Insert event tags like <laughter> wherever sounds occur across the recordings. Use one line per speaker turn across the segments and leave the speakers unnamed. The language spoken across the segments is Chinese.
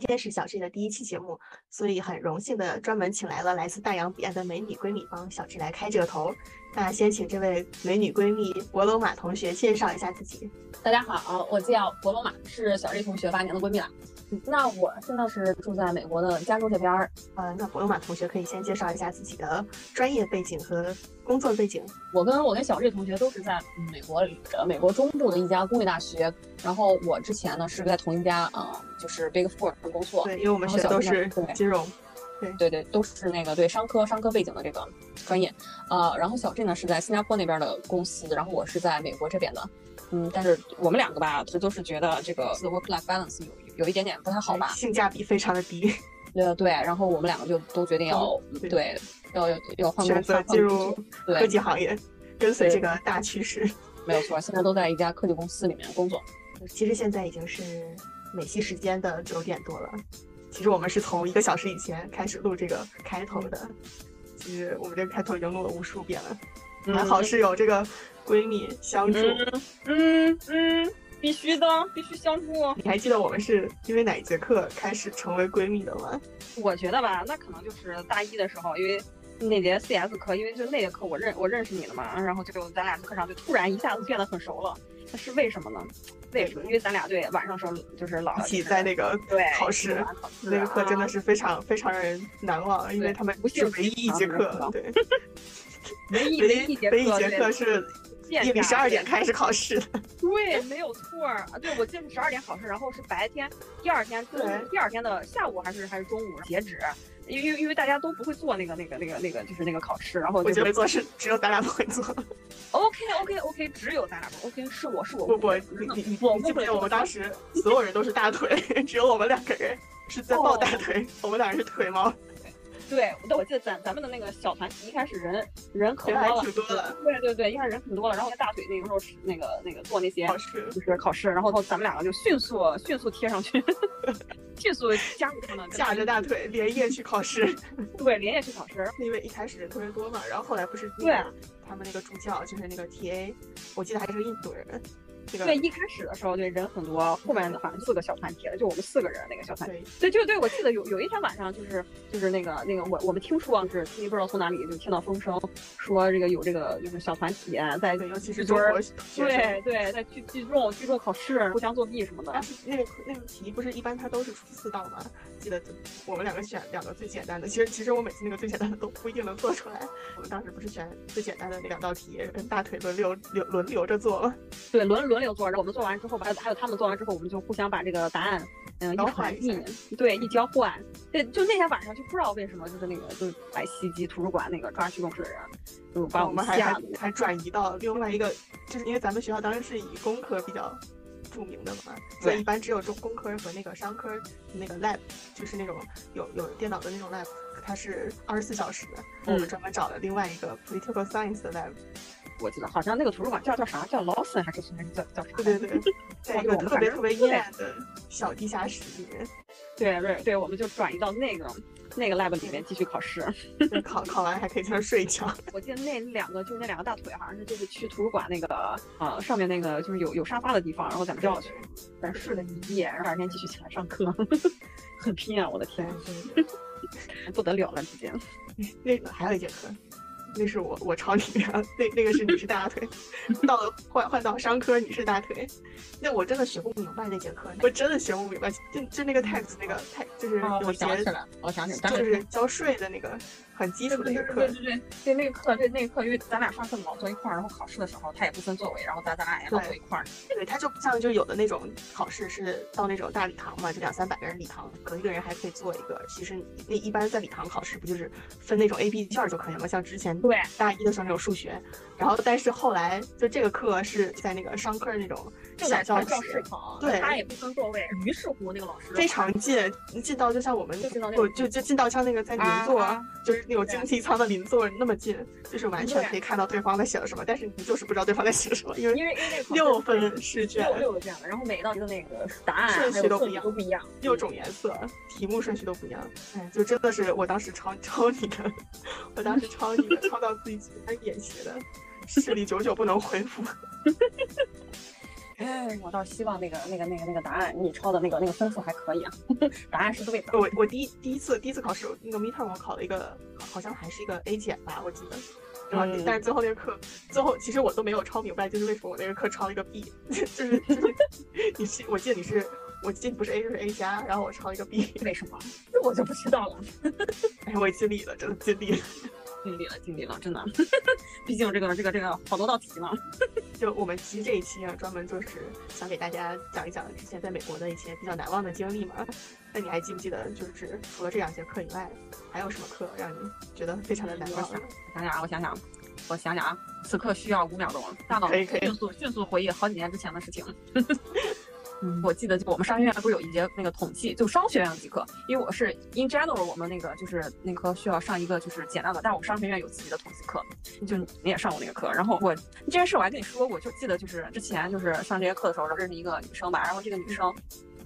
天是小 G 的第一期节目，所以很荣幸的专门请来了来自大洋彼岸的美女闺蜜帮小 G 来开这个头。那先请这位美女闺蜜博罗马同学介绍一下自己。
大家好，我叫博罗马，是小 G 同学八年的闺蜜了。那我现在是住在美国的加州这边儿，
呃，那博罗马同学可以先介绍一下自己的专业背景和工作背景。
我跟我跟小瑞同学都是在美国呃美国中部的一家公立大学，然后我之前呢是在同一家呃就是 Big Four 上工作，
对，因为我们
然
学
后
的
哦小
都
姑
是
娘对
金融。
对对，都是那个对商科商科背景的这个专业，呃，然后小 J 呢是在新加坡那边的公司，然后我是在美国这边的，嗯，但是我们两个吧，就都是觉得这个 work life balance 有有一点点不太好吧，
性价比非常的低，
呃对，然后我们两个就都决定要
对
对要要换
选
工
择
换
进
工
入
作
科
对，
技行业，跟随
对
这个大趋势。
没有错，现在都在一家科技公司里面工作。
其实现在已经是美西时间的九点多了。其实我们是从一个小时以前开始录这个开头的，其实我们这个开头已经录了无数遍了，还好是有这个闺蜜相助。
嗯嗯，必须的，必须相助。
你还记得我们是因为哪一节课开始成为闺蜜的吗？
我觉得吧，那可能就是大一的时候，因为那节 CS 课，因为就那节课我认我认识你了嘛，然后就咱俩课上就突然一下子变得很熟了，那是为什么呢？为什么？因为咱俩对晚上时候就是老
一起在那个
对
考试
一起玩考试
那个课真的
啊
是非常非常让人难忘，因为
对
他们
不
是
幸
唯一一节
非常难
课，
忘
对，
唯一
唯
唯一
一
一节课
唯一节课是夜里十二点开
始。
始考试的， <laughs>
对，没有错儿啊！对我记得是十二点考试，然后是白天，第二天就是
对
第二天的下午还是还是中午截止，因为因为因为大家都不会做那个那个那个那个就是那个考试，然后
我
就
觉
是
得做事只有咱俩不会做。
OK OK OK，只有咱俩不 OK，是我是我
不不，
会
你你你
我
你记不记得我们当
时
时所有人都是大腿，只有我们两个人是在抱大腿，我们俩人是腿毛，
对，但我记得咱咱们的那个小团体一开始人人可
人还
多了，
挺多的，
对对对，一开始人很多了，然后大腿那个时候是那个那个做那些
好吃。
就是考试，然后咱们两个就迅速迅速贴上去， <laughs> 迅速加入他们，跟他
架
们
着大腿连夜去考试，
对连夜去考试，
因为一开始人特别多嘛，然后后来不是那
对
个他们那个助教就是那个 TA，我记得还是个印度人，那个
对，一开始的时候对人很多，后面好像四个小团体了，就我们四个人那个小团体。
对
对，就对我记得有有一天晚上，就是就是那个那个我我们听说啊是听不知道从哪里就听到风声，说这个有这个就是小团体啊在
对，尤其是
就
中
是
国学生。
对对在聚聚众聚众考试，互相作弊什么的
当。时那个那个题不是一般它都是出四道吗？记得我们两个选两个最简单的，其实其实我每次那个最简单的都不一定能做出来。我们当时不是选最简单的那两道题，跟大腿轮流流轮流着做吗？
对，轮轮流做，然后我们做完之后吧，还有还有他们做完之后，我们就互相把这个答案，嗯、
交
一
换
传
一下
递，对，一交换，对，就那天晚上就不知道为什么，就是那个就是来袭击图书馆那个抓取重视的人，啊就把
哦我
们
们还
吓
还
得
还转移到另外一个，就是因为咱们学校当时是以工科比较著名的嘛，所以
对
一般只有中工科和那个商科那个 lab，就是那种有有电脑的那种 lab，它是二十四小时的。我们
嗯
专门找了另外一个 political science 的 lab，
我记得好像那个图书馆叫叫啥，叫劳森还是还是叫叫啥？
对对对，在一个
我们
特别
反正
特别
对
阴暗的小地下室里面，
<laughs>
<laughs>
对对对，我们就转移到那个那个 lab 里面继续考试。 <laughs>
就考考完还可以在那儿睡觉。
我记得那两个就是那两个大腿，好像是就是去图书馆那个呃上面那个就是有有沙发的地方，然后咱们就要去咱睡了一夜，然后第二天继续起来上课， <laughs> 很拼啊！我的天，
对
不得了了，直接。
对，那个还有一节课，那是我我朝你聊，那那个是你是大腿，到了换换到商科你是大腿，那我真的学不明白那节课，我真的学不明白，就就那个 text 那个 text 就是有节
来了，嗯我哦想
就是交税的那个很基
对
础的
对
一
对
个课
对，对对，那个课对那个课，因为咱俩上课老坐一块儿，然后考试的时候他也不分座位，然后咱咱俩也老坐一块儿。
对，它就不像就有的那种考试是到那种大礼堂嘛，就两三百个人礼堂，隔一个人还可以做一个。其实你那一般在礼堂考试不就是分那种 A、B 卷儿就可以了吗？像之前
对，
大一的时候那种数学，然后但是后来就这个课是在那个商科那种
就
小
在
教
教室
室，
考，
对
他也不分座位。于是乎，那个老师
非常近，近到就像我们
就知道那
我
种
就就近到像那个在邻座，
啊
就是那种
对
经济舱的邻座那么近，就是完全
对
可以看到对方在写了什么，但是你就是不知道对方在写什么，因为
因为因为那个考试
六分试卷。
六六个卷了，然后每一道题的那个答案
顺序
还有
都不
顺
一
序
样
都不一样，
六种颜色，题目顺序都不一样。哎，就真的是我当时抄抄你的，我当时抄你的， <laughs> 抄到自己觉得眼斜的，视力久久不能恢复。
哎，我倒是希望那个那个那个那个答案，你抄的那个那个分数还可以啊， <laughs> 答案是对的。
我我第一第一次第一次考试，那个 midterm 我考了一个，好像还是一个 A 减吧，我记得。然后，
嗯
但是最后那个课，最后其实我都没有抄明白，就是为什么我那个课抄了一个 B，就是 <laughs> 就是你是我记得你是我记得你不是 A 就是 A 加，然后我抄了一个 B，
为什么？ <laughs> 这我就不知道了。 <laughs>
哎，我也尽力了，真的尽力了。
尽力了，尽力了，真的。 <laughs> 毕竟这个这个这个好多道题呢。
就我们其实这一期啊，专门就是想给大家讲一讲之前在美国的一些比较难忘的经历嘛。那你还记不记得，就是除了这两节课以外，还有什么课让你觉得非常的难
我
忘
想？想想啊，我想想，我想想啊，此刻需要五秒钟，大脑
可以可以
迅速迅速回忆好几年之前
<laughs>
的事情。嗯，我记得就我们商学院不是有一节那个统计，就商学院有几课，因为我是 in general 我们那个就是那科需要上一个就是简单的，但我们商学院有自己的统计课，就你也上过那个课。然后我这件事我还跟你说过，就记得就是之前就是上这节课的时候认识一个女生吧，然后这个女生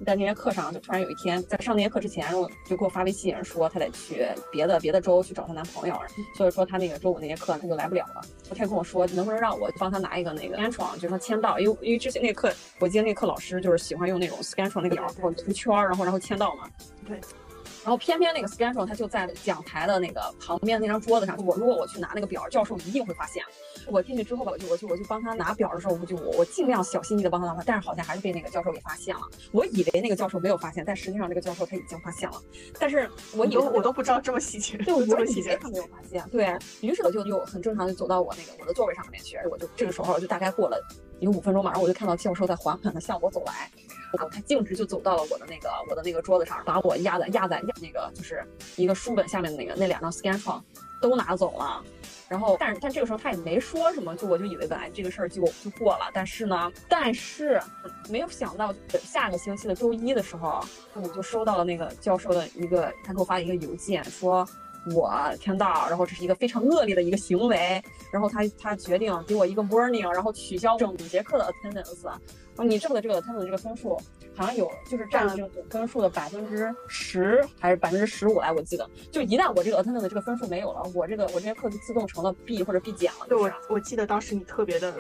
在那节课上就突然有一天在上那节课之前，然后就给我发微信说她得去别的别的州去找她男朋友，所以说她那个周五那节课她就来不了了。她就跟我说能不能让我帮她拿一个那个 Scantron，就是说签到，因为因为之前那课我记得那课老师就是喜欢用那种 Scantron 那个表，然后涂圈儿，然后然后签到嘛。
对。
然后偏偏那个 Scantron 他就在讲台的那个旁边那张桌子上，我如果我去拿那个表，教授一定会发现。我进去之后吧，我就我就我就帮他拿表的时候，我就我我尽量小心翼翼的帮他拿，但是好像还是被那个教授给发现了。我以为那个教授没有发现，但实际上这个教授他已经发现了。但是我
我
以
都
为
我
<laughs>
都不知道这么细节，
对，我
<laughs> 这么
以
细
为
节。
他没有发现，对于是我就就很正常就走到我那个我的座位上面去，哎我就这个时候就大概过了有五分钟吧，然后我就看到教授在缓缓的向我走来，然后他径直就走到了我的那个我的那个桌子上，把我压在压在压那个就是一个书本下面的那个那两张 scan 床都拿走了。然后，但是但这个时候他也没说什么，就我就以为本来这个事儿就就过了。但是呢，但是没有想到，下个星期的周一的时候，我就收到了那个教授的一个，他给我发了一个邮件，说我签到，然后这是一个非常恶劣的一个行为，然后他他决定给我一个 warning，然后取消整节课的 attendance。然后你挣的这个 attendance 这个分数，好像有就是占了这个总分数的百分之十还是百分之十五来，我记得。就一旦我这个 attendance 这个分数没有了，我这个我这节课就自动成了 B 或者 B 减了。
对，
就是
我我记得当时你特别的，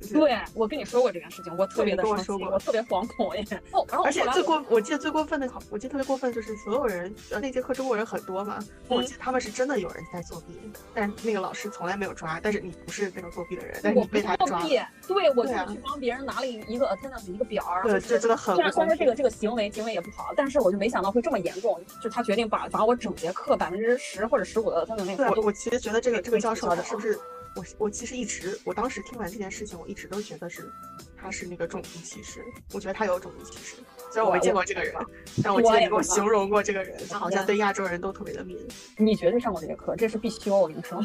就是
对，我跟你说过这件事情，我特别的
对你跟我
伤心，
说过
我特别惶恐
<laughs>
耶。哦，然后
而且
后来
最
我
过，我记得最过分的考，我记得特别过分就是所有人，呃，那节课中国人很多嘛，我
嗯
记得他们是真的有人在作弊，但那个老师从来没有抓，但是你不是那个作弊的人，但是
我
你被他
不
抓了，
避，对我就
对啊
是去帮别人拿了一一个 attendance 一个表儿，然后
对，
就
这
是
真的很
虽然
不
虽
公
然说这
平
个。这个行为行为也不好，但是我就没想到会这么严重，就是他决定把罚我整节课百分之十或者十五的 attendance 那个
啊我
都
我其实觉得这个这个教授
被
他
取
是
消
不是我我其实一直我当时听完这件事情，我一直都觉得是他是那个种族歧视，我觉得他有种族歧视。虽然我没
我
见过这个人，啊但我
我
记得
也
你给我
不知道
形容过这个人，就好像
天
对亚洲人都特别的敏。
你绝对上过这节课，这是必修，我跟你说。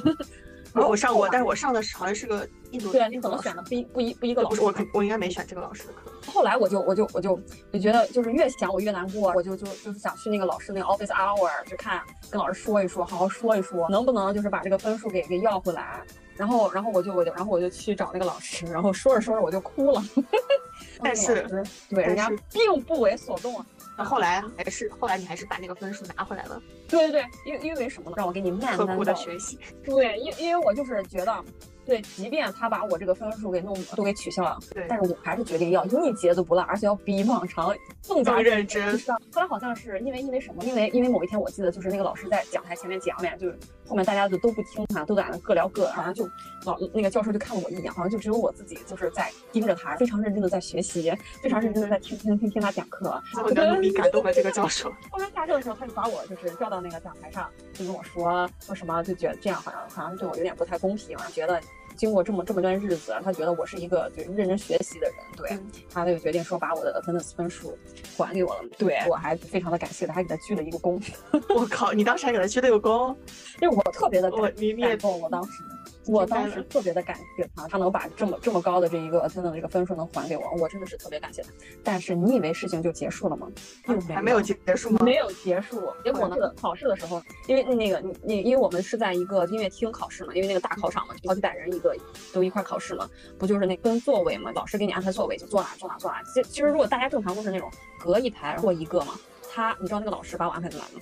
我
<laughs>
我上过，但
是
是我上的是好像是个印度
对啊，
印
你
度
可
老
能
师
选的不一不一不一个老
不是
师的
我
课
可我应该没选这个老师的课。
后来我就我就我就我觉得就是越想我越难过，我就就就是想去那个老师那个 office hour 去看，跟老师说一说，好好说一说，能不能就是把这个分数给给要回来。然后然后我就我就然后我就去找那个老师，然后说着说着我就哭了。
但是
然后那个老师对
但是
人家并不为所动啊。
那后来还是后来你还是把那个分数拿回来了，
对对对，因为因为什么呢？让我给你慢
刻
慢
苦
地
的学习。
对，因因为我就是觉得，对，即便他把我这个分数给弄都给取消了，
对
但是我还是决定要一节都不落，而且要比往常更加
更认真
上。后来好像是因为因为什么？因为因为某一天我记得就是那个老师在讲台前面讲了，就是后面大家就都不听他，都在那各聊各的，好像就老那个教授就看我一眼，好像就只有我自己就是在盯着他，非常认真的在学习，非常认真的在听听听听他讲课。
最后你的努力感动了这个教授。
后面下课的时候，他就把我就是叫到那个讲台上，就跟我说说什么，就觉得这样好像好像对我有点不太公平，啊觉得经过这么这么段日子，他觉得我是一个就是认真学习的人，对，
嗯
他就决定说把我的 attendance 分数还给我了，
对
我还非常的感谢他，还给他鞠了一个躬，
<laughs>
<laughs>
我靠，你当时还给他鞠了个躬，
因为我特别的
我
感
你你也
感动，我当时。我当时特别的感谢他，他能把这么这么高的这一个 attendance 这个分数能还给我，我真的是特别感谢他。但是你以为事情就结束了嗯吗？并
啊还没有结束吗？
没有结束。结果呢，考试的时候，因为那个你你因为我们是在一个音乐厅考试嘛，因为那个大考场嘛，好几百人一个都一块儿考试嘛，不就是那分座位嘛，老师给你安排座位就坐哪儿坐哪儿坐哪儿。其其实如果大家正常都是那种隔一排或一个嘛，他你知道那个老师把我安排在哪儿吗？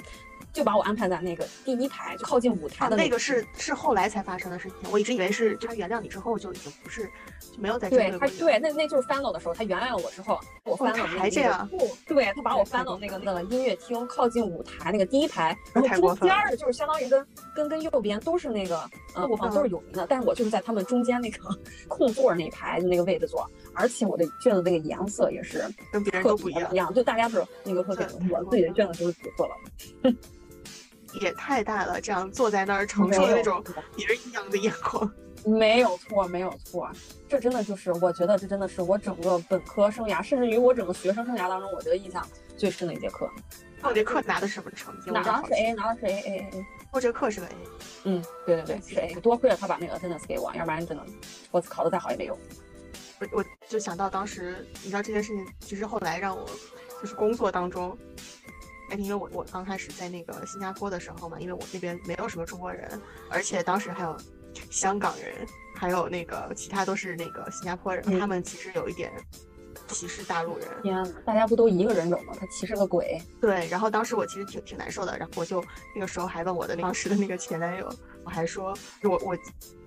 就把我安排在那个第一排，就靠近舞台
啊，
的
那
个
个是是后来才发生的事情，我一直以为是他原谅你之后就已经不是就没有再针
对
过
他，
你了。
对，那那就是 follow 的时候，他原谅了我之后，我 follow 那
哦他
个
还这样
音乐对他把我
对太
follow
过
那
分
个
了
那个音乐厅靠近舞台那个第一排，然
太
后
过
中
分
间
了嗯
儿的就是相当于跟跟跟右边都是那个呃我放都是有名的，但是我就是在他们中间那个 <laughs> 空座儿那一排就那个位置坐，而且我的卷子那个颜色也是
跟别人
特
都不一
别
样
不一，样，就大家都是那个特别
对
不
太
一样，
过
我自己的
分
卷子就是紫色了，
也太大了。这样坐在那儿承
没
受
有
那种别人异样的眼光，
<laughs> 没有错，没有错，这真的就是，我觉得这真的是我整个本科生涯，甚至于我整个学生生涯当中，我觉得印象最深的一节课。
那节课拿的什么成绩？我
哪
想
儿
好
是
奇
A，哪儿是 A A A A。
我这课是个 A，
嗯，对对对，是 A。多亏了他把那个 attendance 给我，要不然真的我考的再好也没用。
我我就想到当时，你知道这件事情，其实后来让我就是工作当中，哎，因为我我刚开始在那个新加坡的时候嘛，因为我那边没有什么中国人，而且当时还有香港人，还有那个其他都是那个新加坡人，
嗯
他们其实有一点歧视大陆人，
天啊呐，大家不都一个人种吗？他歧视个鬼！
对，然后当时我其实挺挺难受的，然后我就那个时候还问我的当时的那个前男友，我还说我我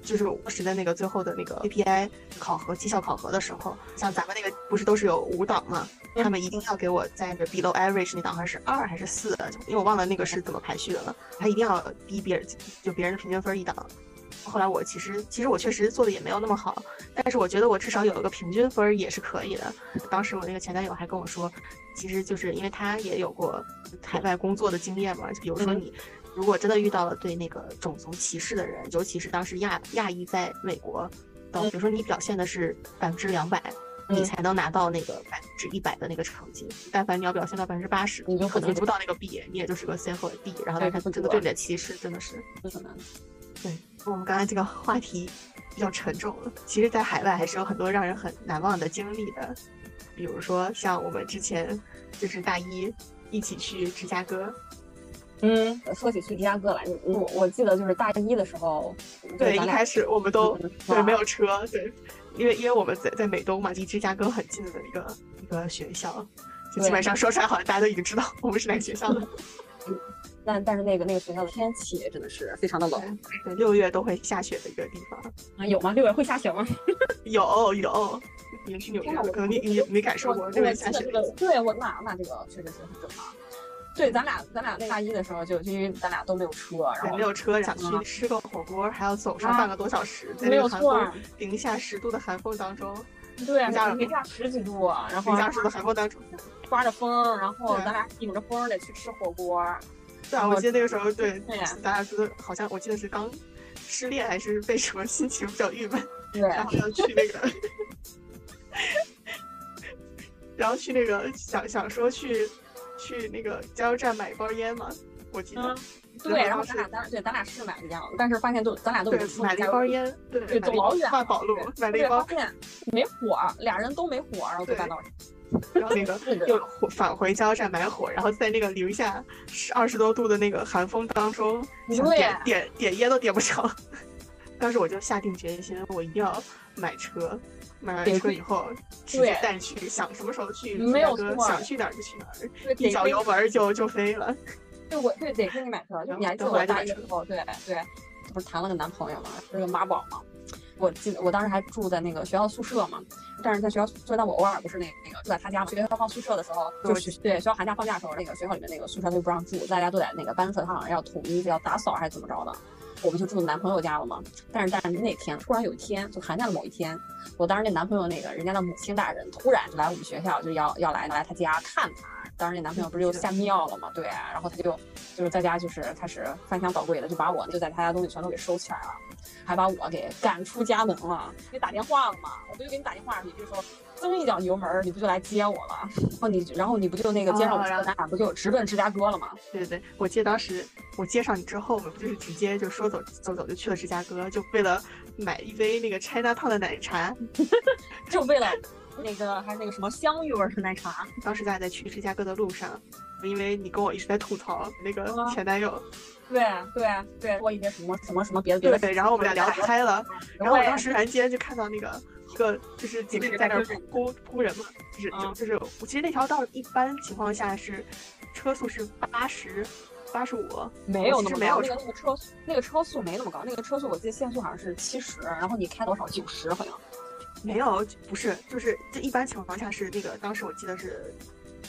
就是我当时的那个最后的那个 KPI 考核绩效考核的时候，像咱们那个不是都是有五档嘛，他们一定要给我在那 below average 那档好像是二还是四，因为我忘了那个是怎么排序的了，他一定要低别人就别人的平均分一档。后来我其实其实我确实做的也没有那么好，但是我觉得我至少有一个平均分儿也是可以的。当时我那个前男友还跟我说，其实就是因为他也有过海外工作的经验嘛，就比如说
嗯
你如果真的遇到了对那个种族歧视的人，尤其是当时亚亚裔在美国的，比如说你表现的是百分之两百。你
嗯
才能拿到那个百分之一百的那个成绩。但凡你要表现到百分之八十，
你就
可
不及
能
格
不到那个 B，你也就是个 C 或者 D。然后，
哎
但是
不
他
及
真的对你
格
的歧视真的是
这很难。
对我们刚才这个话题比较沉重了，其实，在海外还是有很多让人很难忘的经历的，比如说像我们之前就是大一一起去芝加哥，
嗯，说起去芝加哥来，嗯我我记得就是大一的时候，就是
对，
咱
一
俩
开始我们都
嗯
对没
哇
有车，对，因为因为我们在在美东嘛，离芝加哥很近的一个一个学校，就基
对
本上说出来好像大家都已经知道我们是哪个学校
<laughs>
了。
但但是那个那个学校的天气真的是非常的冷
对，六月都会下雪的一个地方，
啊，有吗？六月会下雪吗？
有有。你去纽约
天哪
了，
我
可能你你没感受
我
过
我
六月
记
下
得
雪的
这个
地方，
对我那那这个确实是很正常。对，咱俩咱俩那大一的时候就就因为咱俩都没有车，然
对，
后
没有车，想去
嗯
吃个火锅，还要走上
啊
半个多小时，在那
没有
个寒
错儿
风零下十度的寒风当中，
对
零下
零下十几度，啊然后
零下十度的寒风当中，
刮着风，然后
对
咱俩顶着风得去吃火锅。
对啊，
然
我
后
记得那个时候，对，
哦对呀
咱俩说的好像我记得是刚失恋还是被什么心情比较郁闷，
对，啊
然后要去那个，然后去那个想想说去去那个加油站买一包烟嘛，我记得
嗯，，对，然
然后
后
当时
咱俩咱俩对咱俩是买一样的，但是发现都咱俩都已经
对，
出
买了一
家
包
了，
烟，对，
对，
买了
走
一
老
包
远
万宝路
对，啊
买了一
对，
包
发，现没火，俩人都没火，然后就
对
搬到
然后那个
是的
又火返回加油站买火，然后在那个零下十二十多度的那个寒风当中，想
对
点点点烟都点不着。 <laughs> 当时我就下定决心，我一定要买车。买完
得
车
去
以后，直接
对
带去，想什么时候去，
没有
哥
错
想去哪儿就去哪儿，
对
一
得
脚
跟
油门儿就就飞了。
对，我对得跟你买车，就
然
你
后等回来
还记得我
就
大
买
一的
车
时候，对对，这不是谈了个男朋友嘛，是个妈宝嘛。我记得我当时还住在那个学校宿舍嘛，但是在学校宿舍，但我偶尔不是那那个住在他家嘛。学校放宿舍的时候，
对
就是对学校寒假放假的时候，那个学校里面那个宿舍他就不让住，大家都在那个班层上要统一要打扫还是怎么着的。我不就住男朋友家了嘛。但是但是那天突然有一天，就寒假的某一天，我当时那男朋友那个人家的母亲大人突然就来我们学校，就要要来来他家看他。当时那男朋友不是又吓尿了嘛，对，啊然后他就就是在家就是开始翻箱倒柜的，就把我就在他家东西全都给收起来了，还把我给赶出家门了。给打电话了嘛，我不就给你打电话，你就说蹬一脚油门儿，你不就来接我了？然后你然后你不就那个接上我
哦
之
然后
后，咱俩不就直奔芝加哥了吗？
对对，对，我记得当时我接上你之后，我们不就是直接就说走走走就去了芝加哥，就为了买一杯那个 China Town 的奶茶。
就为了那个还是那个什么香芋味儿的奶茶。
当时咱俩在去芝加哥的路上，因为你跟我一直在吐槽那个
啊
前男友，
对啊对对，说一些什么什么什么别的别
对
的。
然后我们俩聊开了，然后我当时突然间就看到那个一个就是警力在那儿扑扑人嘛，就是就
嗯
就是，我其实那条道一般情况下是车速是八十八十五，
没有
我其实
那么
没
高，
有
那个
超
那个车那个车速没那么高，那个车速我记得限速好像是七十，然后你开多少九十好像。
没有，不是，就是这一般情况下是那个，当时我记得是，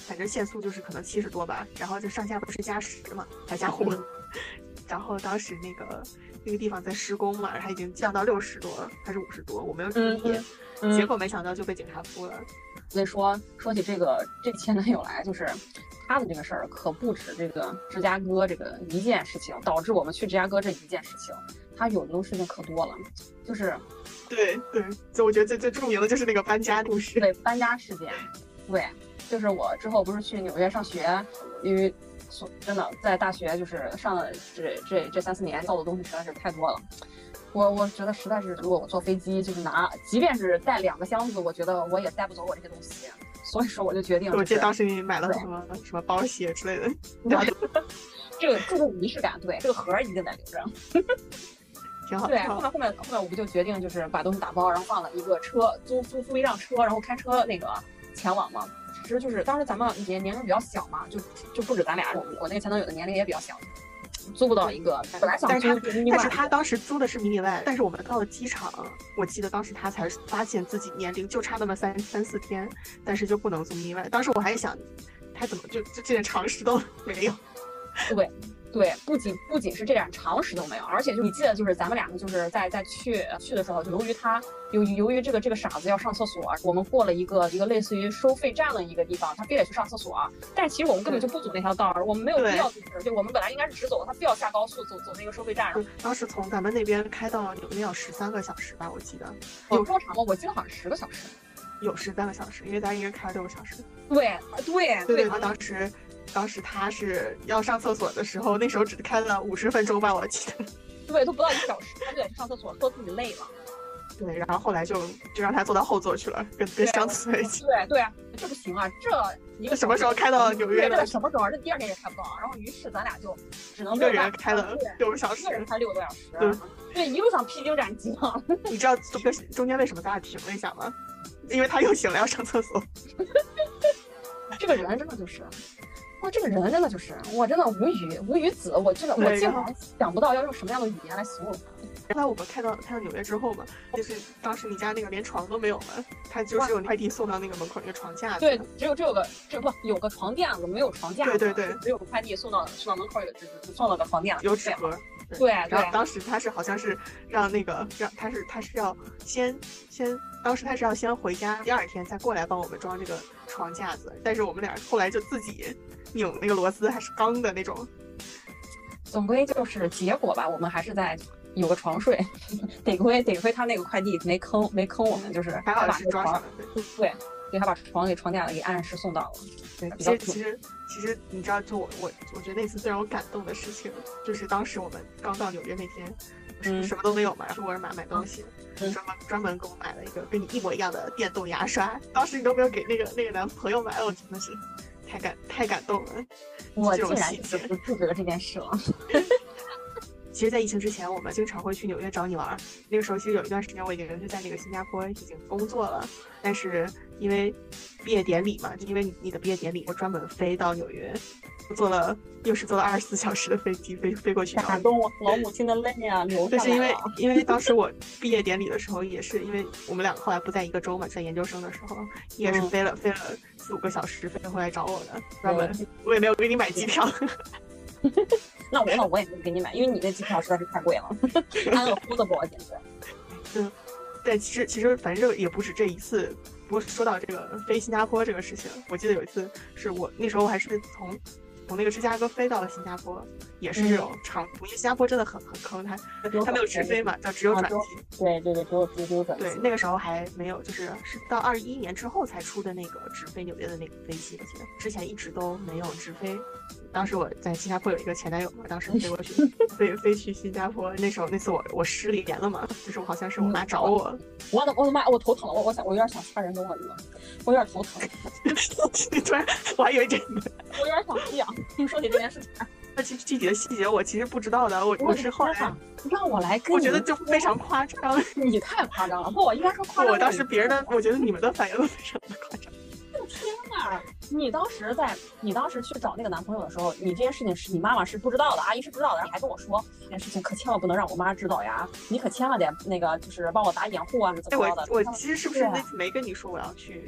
反正限速就是可能七十多吧，然后就上下不是加十嘛，还
哦
加火， <laughs> 然后当时那个那个地方在施工嘛，它已经降到六十多了，还是五十多，我没有注
嗯
意，
嗯
结果没想到就被警察扑了，
所以说说起这个这个前男友来，就是他的这个事儿可不止这个芝加哥这个一件事情，导致我们去芝加哥这一件事情，他有的都事情可多了，就是
对 <laughs> 对，就我觉得最最著名的就是那个搬家故事，
对搬家事件，对，就是我之后不是去纽约上学，因为所真的在大学就是上了这这这三四年造的东西实在是太多了。我我觉得实在是，如果我坐飞机，就是拿，即便是带两个箱子，我觉得我也带不走我这些东西，所以说我就决定、就是，
<laughs> 我记得当时你买了
对
什么什么包鞋之类的，
这个这个仪式感，对，这个盒儿一定得留着。
挺好，
对，啊
挺
后
好，
面后面后面我不就决定就是把东西打包，然后放了一个车，租租租一辆车，然后开车那个前往嘛。其实就是当时咱们年年龄比较小嘛，就就不止咱俩，我我那个前男友的年龄也比较小，租不到一个本来想
但是
租
他
迷你
但是
版
他当时租的是迷你外，但是我们到了机场，我记得当时他才发现自己年龄就差那么三三四天，但是就不能租迷你外。当时我还想，他怎么就就这点常识都没有？ <laughs>
对，不仅不仅是这点常识都没有，而且就你记得，就是咱们两个就是在在去去的时候，就由于他由于由于这个这个傻子要上厕所，我们过了一个一个类似于收费站的一个地方，他非得去上厕所，但其实我们根本就不走那条道儿，我们没有
对
必要就是就我们本来应该是直走，他非要下高速走走那个收费站，然后
就当时从咱们那边开到纽约要十三个小时吧，我记得
有多长吗？我记得好像十个小时。
有十三个小时，因为咱一人开了六个小时。
对对
对对，
好
他当时。当时他是要上厕所的时候，那时候只开了五十分钟吧，我记得。
对，都不到一个小时，他就得去上厕所，说自己累了。
对，然后后来就就让他坐到后座去了，跟跟
对啊
箱子在一起。
<laughs> 对对，这不行啊，这一个
什么时候开到纽约
对
的
这什么时候？这第二天也开不到。然后于是咱俩就只能
一
没
个
有办
人
法
开了
对
六个小
一
时
个，人开六个多小时。啊
对
对，一路上披荆斩棘啊。 <laughs>
<laughs> 你知道这个中间为什么咱俩停了一下吗？因为他又醒了，要上厕所。
这个人真的就是，哇，这个人真的就是，我真的无语无语子，我真的我
对
竟
然后
然想不到要用什么样的语言来形容他。
后来我们开到开到纽约之后嘛，就是当时你家那个连床都没有嘛，他就
哇
是有快递送到那个门口那个床架子。
对，只有只有个这不有个床垫子，没有床架子，啊
对对对，
只有个快递送到送到门口有只只送了个床垫子，
有纸
对啊
盒。
对啊
然后
对
当时他是好像是让那个让他是他是要先先，当时他是要先回家，第二天再过来帮我们装这个床架子。但是我们俩后来就自己拧那个螺丝，还是钢的那种。
总归就是结果吧，我们还是在有个床睡， <laughs> 得亏得亏他那个快递没坑没坑我们，就是
还
他
好
把
是
那个
装上
床
了。对
对，对他把床给床架子给按时送到了，对，比
其
较
实
幸
其
运
实其实你知道，就我我我觉得那次最让我感动的事情，就是当时我们刚到纽约那天，什么
嗯
什么都没有嘛，然后我让妈买东西，
嗯
专门专门给我买了一个跟你一模一样的电动牙刷，当时你都没有给那个那个男朋友买，我真的是太感太感动了。
我
这
竟
种
然
细
就是
节
不自觉这件事了， <laughs>
其实，在疫情之前，我们经常会去纽约找你玩儿。那个时候，其实有一段时间我已经是在那个新加坡已经工作了，但是因为毕业典礼嘛，就因为你的毕业典礼，我专门飞到纽约，坐了又是坐了二十四小时的飞机飞飞过去找
打
你。
动我老母亲的泪啊流下
但
来
是因为
了
因为当时
<laughs>
我毕业典礼的时候，也是因为我们两个后来不在一个州嘛，在研究生的时候，你也是
嗯
飞了、飞了四五个小时飞回来找我的，专
我
门我也没有给你买机票。
那
哎
我那我也没给你买，因为你那机票实在是太贵
<laughs>
了，unaffordable 简直。
对，其实其实反正也不止这一次。不过说到这个飞新加坡这个事情，我记得有一次是我那时候我还是从从那个芝加哥飞到了新加坡，也是这种长途，因为新加坡真的很很坑，它它没有直飞嘛，它只有
啊
转
都
机。
对对对，只有只有转
对，
机。
那个时候还没有，就是是到二一年之后才出的那个直飞纽约的那个飞机，我记得之前一直都没有直飞。当时我在新加坡有一个前男友嘛，当时飞过去，飞飞去新加坡。那时候那次我我失联了嘛，就是我好像是我妈找我，
我的我的妈，我头疼了，我我想我有点想杀人中了，这个我有点头疼，
突然我还以为这
我有点想吸氧。你说起这件事情，
那呃具具体的细节我其实不知道的，我
我
我
的
是后
天
来
呐让我来跟你，
我觉得就非常夸张，
你太夸张了，不，我应该说夸张。
我当时别人的，我觉得你们的反应都非常的夸张。
天哪！你当时在你当时去找那个男朋友的时候，你这件事情是你妈妈是不知道的，阿姨是不知道的，然后还跟我说这件事情可千万不能让我妈知道呀，你可千万得那个就是帮我打掩护啊，怎
哎，
么着
我
的。
我
她
其实是不是那次没跟你说我要去？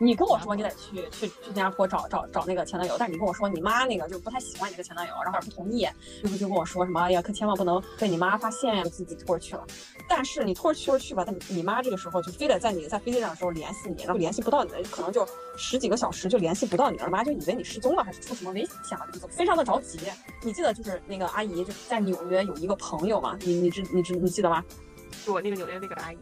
你跟我说你得去去去新加坡找找找那个前男友，但是你跟我说你妈那个就不太喜欢你这个前男友，然后也不同意，然后就跟我说什么哎呀，可千万不能被你妈发现自己拖着去了。但是你拖着去就是去吧，但你妈这个时候就非得在你在飞机上的时候联系你，然后联系不到你的，可能就十几个小时就联系不到你了，你妈就以为你失踪了还是出什么危险了，就非常的着急。你记得就是那个阿姨就是在纽约有一个朋友嘛，你你知你知你记得吗？
就我那个纽约那个阿姨，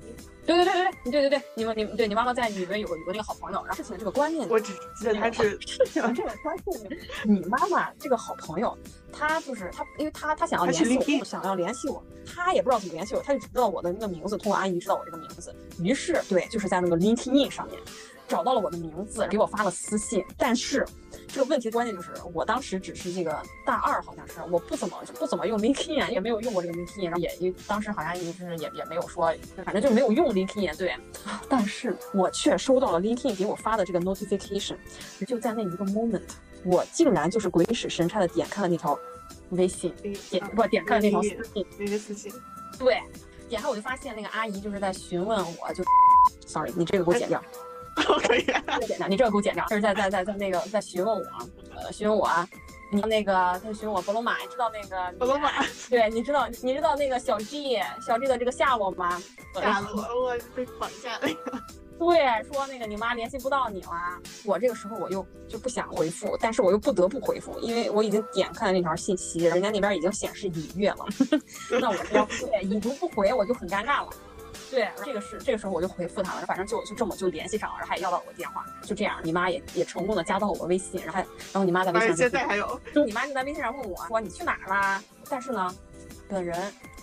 对对对对对对对对，你们你们对你妈妈在纽约有个有个那个好朋友，然后事情的这个关键
我只记得她是
事情这个关系，你妈妈这个好朋友，她就是她，因为她她想要
她去
联系我，
LinkedIn
想要联系我，她也不知道怎么联系我，她就只知道我的那个名字，通过阿姨知道我这个名字，于是对，就是在那个 LinkedIn 上面找到了我的名字，给我发了私信，但是。这个问题的关键就是，我当时只是这个大二，好像是我不怎么就不怎么用 LinkedIn，啊也没有用过这个 LinkedIn，然后也也当时好像也就是也也没有说，反正就没有用 LinkedIn。对，但是我却收到了 LinkedIn 给我发的这个 notification，就在那一个 moment，我竟然就是鬼使神差的点开了那条微信，
那个
点
啊
不点开了那条私
那个
信，
那个私信，
对，点开我就发现那个阿姨就是在询问我，就 sorry，你这个给我剪掉。
可以啊。
这个简单，你这个给我剪掉，就是在在在在那个在询问我，呃，询问我啊，你那个他询问我博龙马，你知道那个
我都买
对，你知道你知道那个小 G 小 G 的这个下落吗？
下了，我我被绑架了。
对，说那个你妈联系不到你啦。我这个时候我又就不想回复，但是我又不得不回复，因为我已经点开了那条信息，人家那边已经显示已阅了， <laughs> 那我要对已读不回，我就很尴尬了。对，这个是这个时候我就回复他了，反正就就这么就联系上了，然后还要到我电话，就这样，你妈也也成功的加到我微信，然后还然后你妈在微
而
信
且哎现
上就
在还有，
就你妈就在微信上问我说你去哪儿啦？但是呢，本人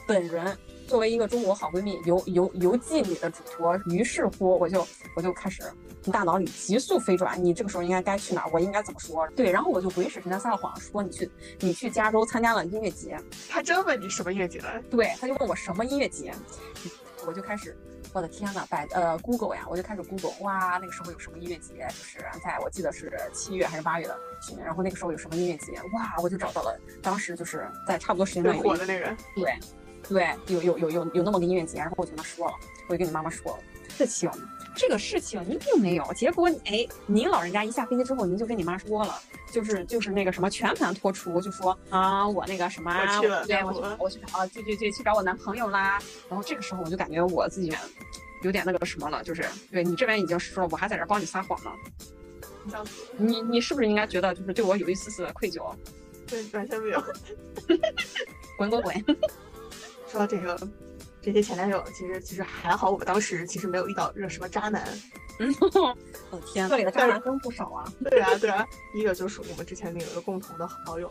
本人作为一个中国好闺蜜，游游游记里的嘱托，于是乎我就我就开始大脑里急速飞转，你这个时候应该该去哪儿，我应该怎么说？对，然后我就鬼使神差撒了谎，说你去你去加州参加了音乐节，
他真问你什么月结了？
对，他就问我什么音乐节，我就开始，我的天呐，百呃 Google 呀，我就开始 Google，哇，那个时候有什么音乐节？就是在我记得是七月还是八月的，然后那个时候有什么音乐节？哇，我就找到了，当时就是在差不多时间
最
段有一
火的那个，
对，对，有有有有有那么个音乐节，然后我就跟他说了，我就跟你妈妈说了事情，这个事情您并没有，结果哎，您老人家一下飞机之后，您就跟你妈说了，就是就是那个什么全盘托出，就说啊我那个什么，
我去了
对，
我
我去我去找啊，对对对，去找我男朋友啦。然后这个时候我就感觉我自己有点那个什么了，就是对你这边已经说了，我还在这儿帮你撒谎呢，
笑死我！
你你是不是应该觉得就是对我有一丝丝的愧疚？
对，完全没有。
滚滚滚！
说到这个，这些前男友，其实其实还好，我们当时其实没有遇到这什么渣男。
我的 <laughs> 天，这里的渣男真不少啊。
对啊，对啊，一个就是我们之前那个有一个共同的好友，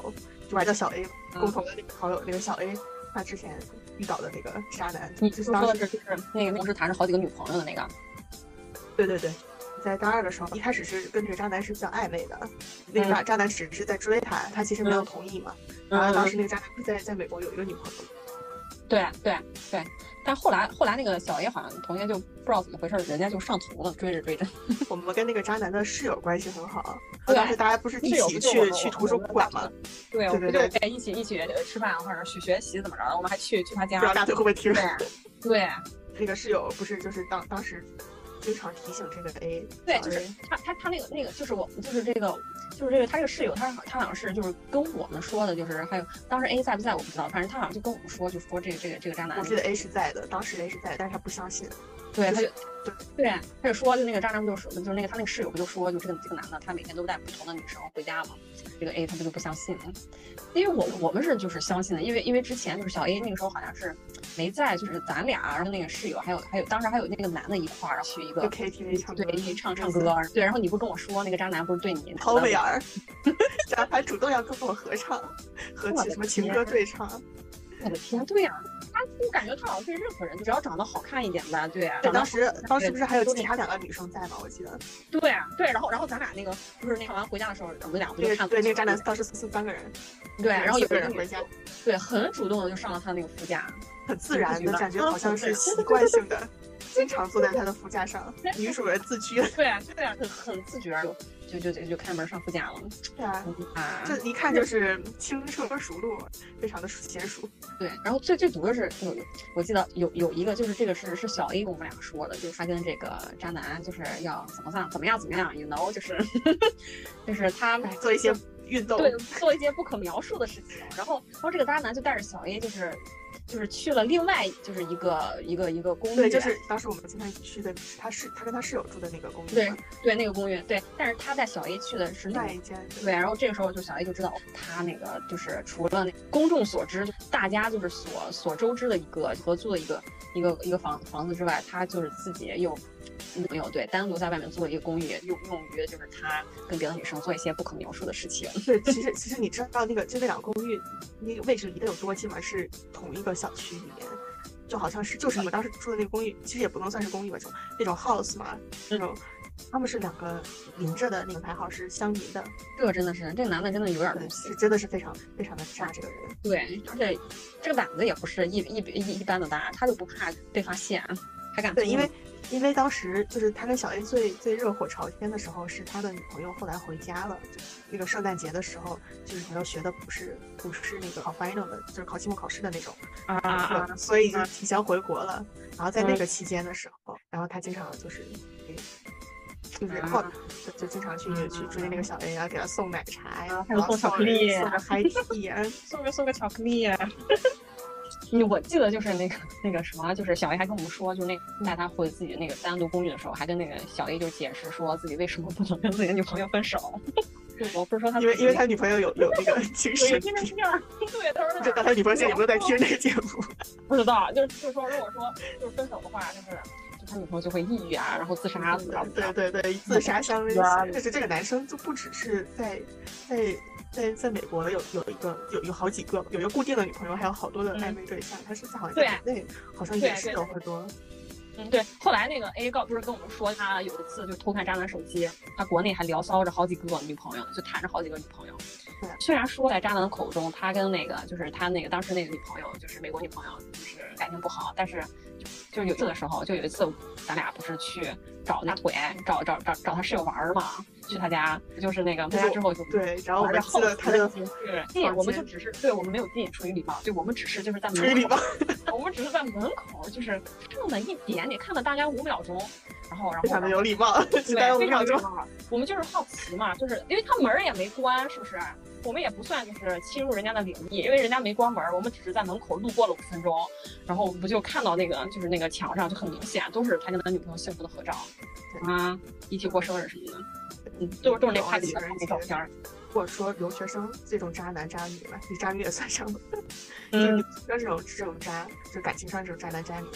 就还叫小 A，共
嗯
同的那个好友那个小 A，他之前遇到的那个渣男，
你
就是
说
当
的
时
是就是那个同时谈着好几个女朋友的那个，
对对对，在大二的时候，一开始是跟这个渣男是比较暧昧的，
嗯
那个渣渣男只是在追她，她其实没有同意嘛。然
嗯
后当时那个渣男不是在在美国有一个女朋友，
啊对啊对对，但后来后来那个小 A 好像同学就不知道怎么回事，人家就上头了，追着追着，
我们跟那个渣男的室友关系很好。
对啊
当时大家
<laughs>
不是一
室友
起
不就我
去
们
去图书馆嘛？？
对，我
对
们
对
就在一起一起吃饭或者去学习怎么着，我们还去去他
不知道
家，
大家会不会听
对？对啊
那个室友不是就是当当时经常提醒这个 A，啊
对，
小
就是
A
他他他那个那个就是我就是这个。就是这个，他这个室友，他好他好像是就是跟我们说的，就是还有当时 A 在不在我不知道，反正他好像就跟我们说，就说这个这个这个渣男
我，记得 A 是在的，当时 A 是在的，但是他不相信。
对，他就
对
对，他就说，就那个渣男不就说，就是那个他那个室友不就说，就这个这个男的，他每天都带不同的女生回家嘛。这个 A 他不就不相信了，因为我我们是就是相信的，因为因为之前就是小 A 那个时候好像是没在，就是咱俩，然后那个室友还有还有当时还有那个男的一块儿去一
就
个
KTV 唱歌
对一起唱唱歌，对，然后你不跟我说那个渣男不是对你
好美啊儿， <laughs> 渣男主动要跟我合唱，合
我
起
的
什么情歌
天
对唱。
我的天，对呀、他我感觉他好像对任何人，只要长得好看一点吧，对，
对，
长得
当时当时
对
不是还有
都
其
这
他两个女生在吗？我记得
对啊对，然后然后咱俩那个不是那唱完回家的时候，我们俩不
那
就
个
看
对那个渣男当时是三个人，
对，然后有
四个
个
人
女
回家，
对，很主动的就上了他那个副驾。
很自然的
嗯
感觉，好像
<laughs> 对
是
对对
习惯性的。经常坐在他的副驾上，女主人自居。
对啊，对啊，很很自觉的，就就就就开门上副驾了。
对啊，
啊，
这一看就是轻车熟路，非常的娴熟。
对，然后最最毒的是有，我记得有有一个就是这个是是小 A 跟我们俩说的，就是他跟这个渣男就是要怎么样怎么样怎么样，you know，就是 <laughs> 就是他
哎做一些运动，
对做一些不可描述的事情，然后然后这个渣男就带着小 A 就是就是去了另外就是一个一个一个公寓，
对，就是当时我们经常一起去的，他室他跟他室友住的那个公寓嘛，
对对那个公寓，对，但是他带小 A 去的是另
那
一
一间，
对，啊然后这个时候就小 A 就知道他那个就是除了那公众所知，大家就是所所周知的一个合租的一个一个一个房房子之外，他就是自己又没有对单独在外面做一个公寓，用用于就是他跟别的女生做一些不可描述的事情。 <laughs>
对，其实其实你知道那个就那两公寓那个位置离得有多近吗？是同一个小区里面，就好像是就是你们当时住的那个公寓，其实也不能算是公寓吧，就那种 house 嘛，
嗯
那种他们是两个邻着的那个牌号是相邻的，
这个真的是，这个男的真的有点东
对，
西
是。真的是非常非常的渣这个人。
对，而且这个胆子也不是一一一一般的大，他就不怕被发现，还敢
对，
租
因为因为当时就是他跟小 A 最最热火朝天的时候，是他的女朋友后来回家了，就那个圣诞节的时候，就是女朋友学的不是不是那个考 final 的，就是考期末考试的那种，嗯
啊啊啊！嗯
所以就提前回国了。然后在那个期间的时候，然后他经常就是给。就是
啊嗯
后就就经常去去追那个小 A，然后给他送奶茶呀，然后
啊送巧克力啊
送个嗨皮呀，
<laughs> 送个送个巧克力、你我记得就是那个那个什么，就是小 A 还跟我们说，就是那个带他回自己那个单独公寓的时候，还跟那个小 A 就解释说自己为什么不能跟自己的女朋友分手。我不是说他
因为因为
他
他女朋友有有那个精
对
神
精
病，
神病，对，他说
不知道他女朋友现在有没有在听这个节目。
不知道，就是就是说如果说就是分手的话，就是就他女朋友就会抑郁啊，然后自杀怎么着怎么
对
着。
对嗯对，啊自杀相威胁
压。力
但是这个男生就不只是在在在在美国有有一个有有好几个有一个固定的女朋友，还有好多
嗯
的暧昧对象。他是在好像在国内好像也是有很多，
嗯，对。后来那个 A 告不是跟我们说，他有一次就偷看渣男手机，他国内还聊骚着好几个女朋友，就谈着好几个女朋友
对。
虽然说在渣男口中，他跟那个就是他那个当时那个女朋友，就是美国女朋友，就是感情不好，但是就就有一次的时候，就有一次咱俩不是去找那腿，找找找找他室友玩儿嘛，去他家，就是那个回家之后就
对。然后我
玩着
们
好
记得
奇
他的
情绪，进我们就只是对我们没有进，出于礼貌，对我们只是就是在门口
推理吧，
我们只是在门口，就是看了一点点，看了大概五秒钟，然后然
<laughs>
后
非常的有礼貌，只待
对，
五
非
秒
常有
钟
礼。貌我们就是好奇嘛，就是因为他门儿也没关，是不是？我们也不算就是侵入人家的领地，因为人家没关门儿，我们只是在门口路过了五分钟，然后我们不就看到那个就是那个墙上就很明显都是他跟他女朋友幸福的合照啊，一起过生日什么的，嗯，就是都是那
有
快
几
几
个
的
人
那照片儿，
或者说留学生这种渣男渣女吧，你渣女也算上吧。
嗯，
像这种这种渣，就感情上这种渣男渣女，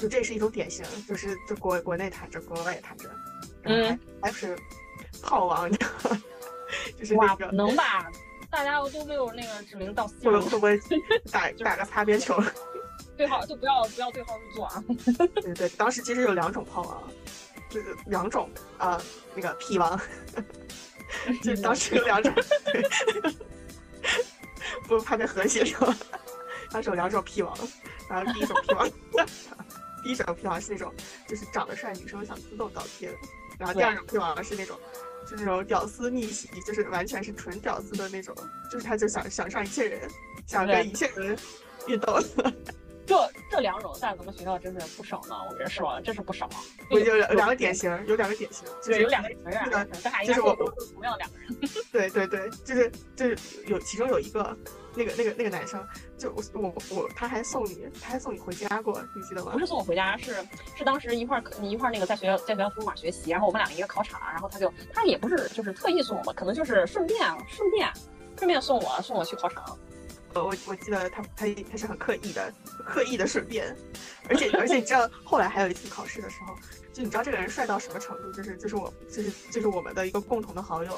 就这是一种典型，就是就国国内谈着，国外也谈着，然
嗯
后还、还不是炮王，你知道吗？ <laughs> 就是那
哇，
个
能吧？大家都没有那个指名道姓
会，不会会不会打
<laughs>
打个擦边球？
对号就不要不要对号入座啊。
对对，当时其实有两种炮王，就是两种啊、呃那个屁王，就是当时有两种， <laughs> 对不怕被和谐是吧？当时有两种屁王，然后第一种屁王， <laughs> 第一种屁王是那种就是长得帅女生想自动倒贴的，然后第二种屁王是那种。就那种屌丝逆袭，就是完全是纯屌丝的那种，就是他就想想上一切人，想
对
跟一切人运动，
这这两种在咱们学校真是不少呢，我跟你说，真是不少。
我就有两个典型，有两个典型，就
对，
是
有两个人啊，
这个
咱俩
就
应该
是我
都是同样两个人。
对对对，就是就是有其中有一个那个那个那个男生，就我我我他还送你，他还送你回家过，你记得吗
不？是送我回家，是是当时一块儿你一块儿那个在学校在学校图书馆学习，然后我们俩一个考场，然后他就他也不是就是特意送我们，可能就是顺便顺便顺便送我送我去考场。
我我我记得他他他是很刻意的，刻意的顺便，而且而且你知道后来还有一次考试的时候，就你知道这个人帅到什么程度，就是就是我就是就是我们的一个共同的好友。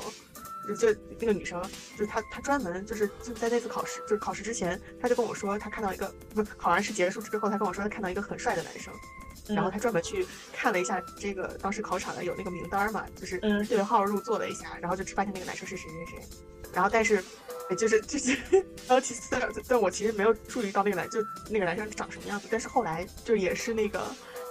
就就那个女生，就是她，她专门就是就在那次考试，就是考试之前，她就跟我说，她看到一个不是考完试结束之后，她跟我说她看到一个很帅的男生，然后他专门去看了一下这个当时考场的有那个名单嘛，就是
嗯
对号入座了一下，然后就发现那个男生是谁谁谁，然后但是，也就是就是，然后其次，但我其实没有注意到那个男就那个男生长什么样子，但是后来就也是那个。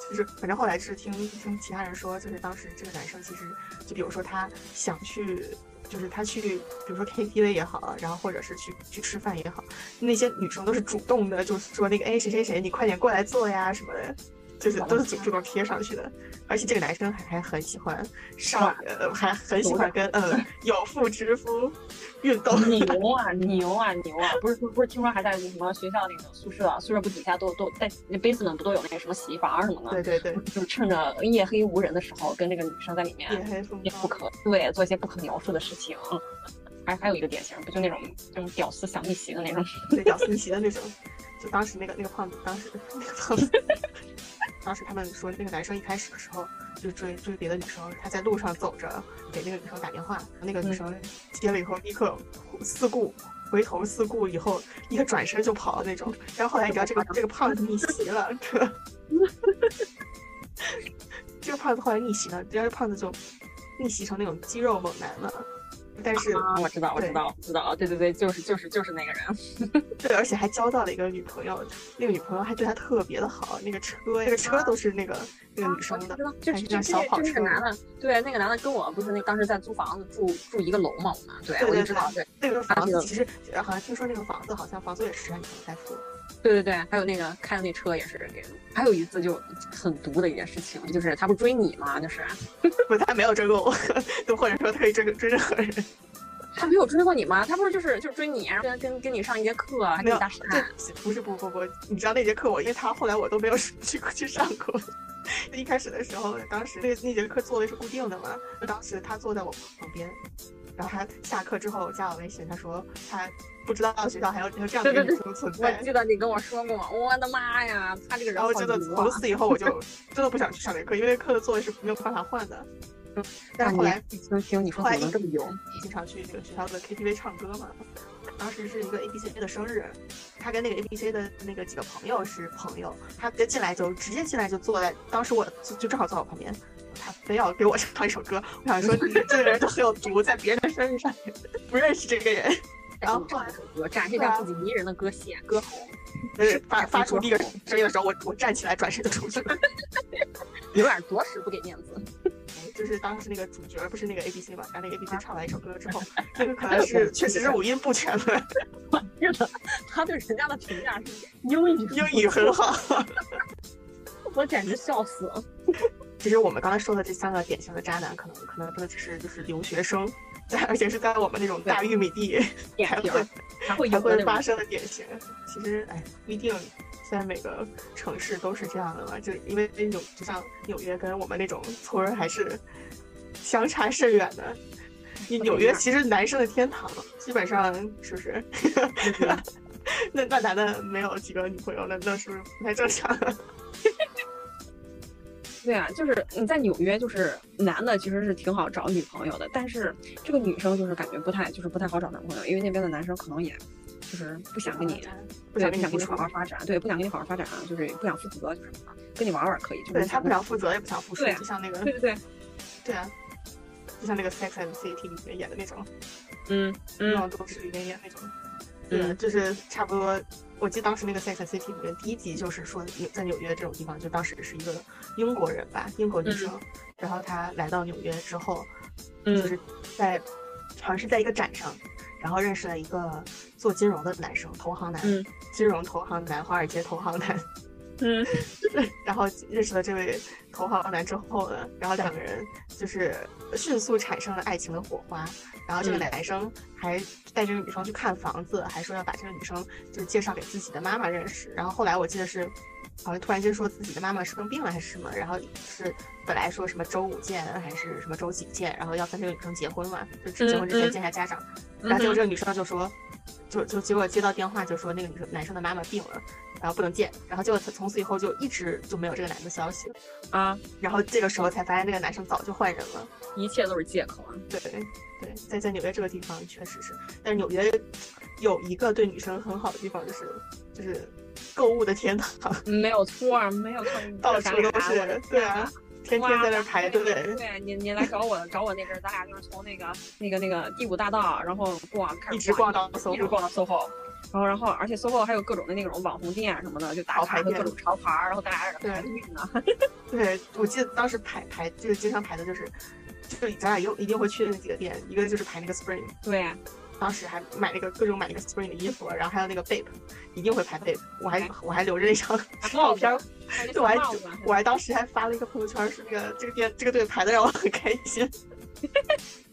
就是反正后来是听听其他人说，就是当时这个男生其实就比如说他想去，就是他去比如说 KTV 也好，然后或者是去去吃饭也好，那些女生都是主动的，就是说那个哎谁谁谁你快点过来坐呀什么的。就是都是主主动贴上去的，而且这个男生还还很喜欢上，呃，还很喜欢跟 <laughs> 呃有妇之夫运动。 <laughs>
牛啊牛啊牛啊！不是不是，听说还在什么学校那个宿舍，啊宿舍不底下都都在那 basement 不都有那个什么洗衣房啊什么的？
对对对，
就趁着夜黑无人的时候，跟这个女生在里面
夜黑风
也不可对做一些不可描述的事情。还还有一个典型，不就那种那种屌丝想逆袭的那种，
对屌丝逆袭的那种。就当时那个那个胖子，当时那个胖子。 <laughs> 当时他们说，那个男生一开始的时候就追追别的女生，他在路上走着，给那个女生打电话，那个女生接了以后立刻四顾回头四顾，以后立刻转身就跑的那种。然后后来你知道这个这个胖子逆袭了，这个这个胖子后来逆袭了，然后胖子就逆袭成那种肌肉猛男了。但是、
啊、我知道，我知道，我知道，对对对，就是就是就是那个人，
对，而且还交到了一个女朋友，那个女朋友还对他特别的好，那个车，那个车都是那个、啊、那个女生的，
啊、就是
那小跑车。
那个男的，对，那个男的跟我不是那当时在租房子住住一个楼嘛，我们对，
对对对
我知道，对，
那个房子其实呃好像听说那个房子好像房租也十万以上在付。
对对对，还有那个开的那车也是给，还有一次就很毒的一件事情，就是他不追你嘛，就是
不他没有追过我，就或者说他可以追追任何人。
他没有追过你吗？他不是就是就是追你，然后跟跟跟你上一节课，啊还给你搭讪。
不是不不不，你知道那节课我因为他后来我都没有去去上过。一开始的时候，当时那那节课座位是固定的嘛，当时他坐在我旁边，然后他下课之后加我微信，他说他不知道学校还有还有这样的女生存在。
我记得你跟我说过，我的妈呀，他这个人、啊。
然后真的从此以后我就真的不想去上这课，因为课的座位是没有办法换的。嗯、但是后来，
听听你说怎么这么有？
经常去那个学校的 KTV 唱歌嘛。当时是一个 A B C A 的生日，他跟那个 A B C 的那个几个朋友是朋友，他直接进来就直接进来就坐在，当时我就就正好坐我旁边，他非要给我唱一首歌，我想说你这个人就很有毒，在别人的生日上面 <laughs> 不认识这个人， <laughs> 然后
唱一首歌，展示一
啊
下自己迷人的歌线、歌喉。
就是发发出第一个声音的时候，我我站起来转身就出去了，
有点着实不给面子。
就是当时那个主角不是那个 A B C 嘛，然后那个 A B C 唱完一首歌 <laughs> 之后，那个可能是确实是五音不全的。
我记得他对人家的评价是 <laughs> 英语
英语很好， <laughs>
我简直笑死了。
其实我们刚才说的这三个典型的渣男，可能可能真的只是就是留学生， <laughs> 在而且是在我们那种大玉米地才会
才会
才会发生的典型。其实哎，不一定。在每个城市都是这样的嘛，就因为纽就像纽约跟我们那种村儿还是相差甚远的。你纽约其实男生的天堂，基本上是不是？那那男的没有几个女朋友，那那是不是不太正常？
对啊，就是你在纽约，就是男的其实是挺好找女朋友的，但是这个女生就是感觉不太，就是不太好找男朋友，因为那边的男生可能也。就是不 <laughs> 想跟你，
不想
不想跟你好好发展，对，不想跟你好好发展，啊就是不想负责，就是跟你玩玩可以。就是
他不想负责，也不想付出，
对，啊
就像那个，
对对对，
对啊，就像那个《Sex and the City》里面演的那种，
嗯嗯，
那种都是里面演那种，对，啊就是差不多。我记得当时那个《Sex and the City》里面第一集就是说，在纽约这种地方，就当时是一个英国人吧，英国女
嗯
生，然后她来到纽约之后，就是在好像是在一个展上。然后认识了一个做金融的男生，投行男，
嗯、
金融投行男，华尔街投行男，
嗯，
然后认识了这位投行男之后呢，然后两个人就是迅速产生了爱情的火花。然
嗯
后这个男生还带这个女生去看房子，还说要把这个女生就是介绍给自己的妈妈认识。然后后来我记得是，好像突然间说自己的妈妈生病了还是什么，然后是本来说什么周五见还是什么周几见，然后要跟这个女生结婚嘛，就结婚之前见一下家长。
嗯嗯
然后结果这个女生就说，就就结果接到电话就说那个女生男生的妈妈病了，然后不能见，然后结果他从此以后就一直就没有这个男的消息
啊，
然后这个时候才发现那个男生早就换人了，
一切都是借口啊。
对对，在在纽约这个地方确实是，但是纽约有一个对女生很好的地方就是就是购物的天堂，
嗯没有错，没有错，
到处都是，对啊。天天在那排队，
对你你来找我找我那阵儿，咱俩就是从那个那个那个第五大道，然后逛，
一直逛到 SOHO，
一直逛到 SOHO，然后然后而且搜狗还有各种的那种网红店什么的，就打
潮
卡
牌
和
店
各种潮牌儿，然后大家
对
排着运呢。
对，我记得当时排排就是经常排的就是，就咱俩有一定会去的那几个店，一个就是排那个 Spring，
对，
当时还买那个各种买那个 Spring 的衣服，然后还有那个 Bape，一定会排
嗯
Bape，我还我还留着那张 <laughs> 照片儿，
还有
对，
那小
我还
帽子啊
我还当时还发了一个朋友圈，是那个这个店这个队排的让我很开
<laughs>
心，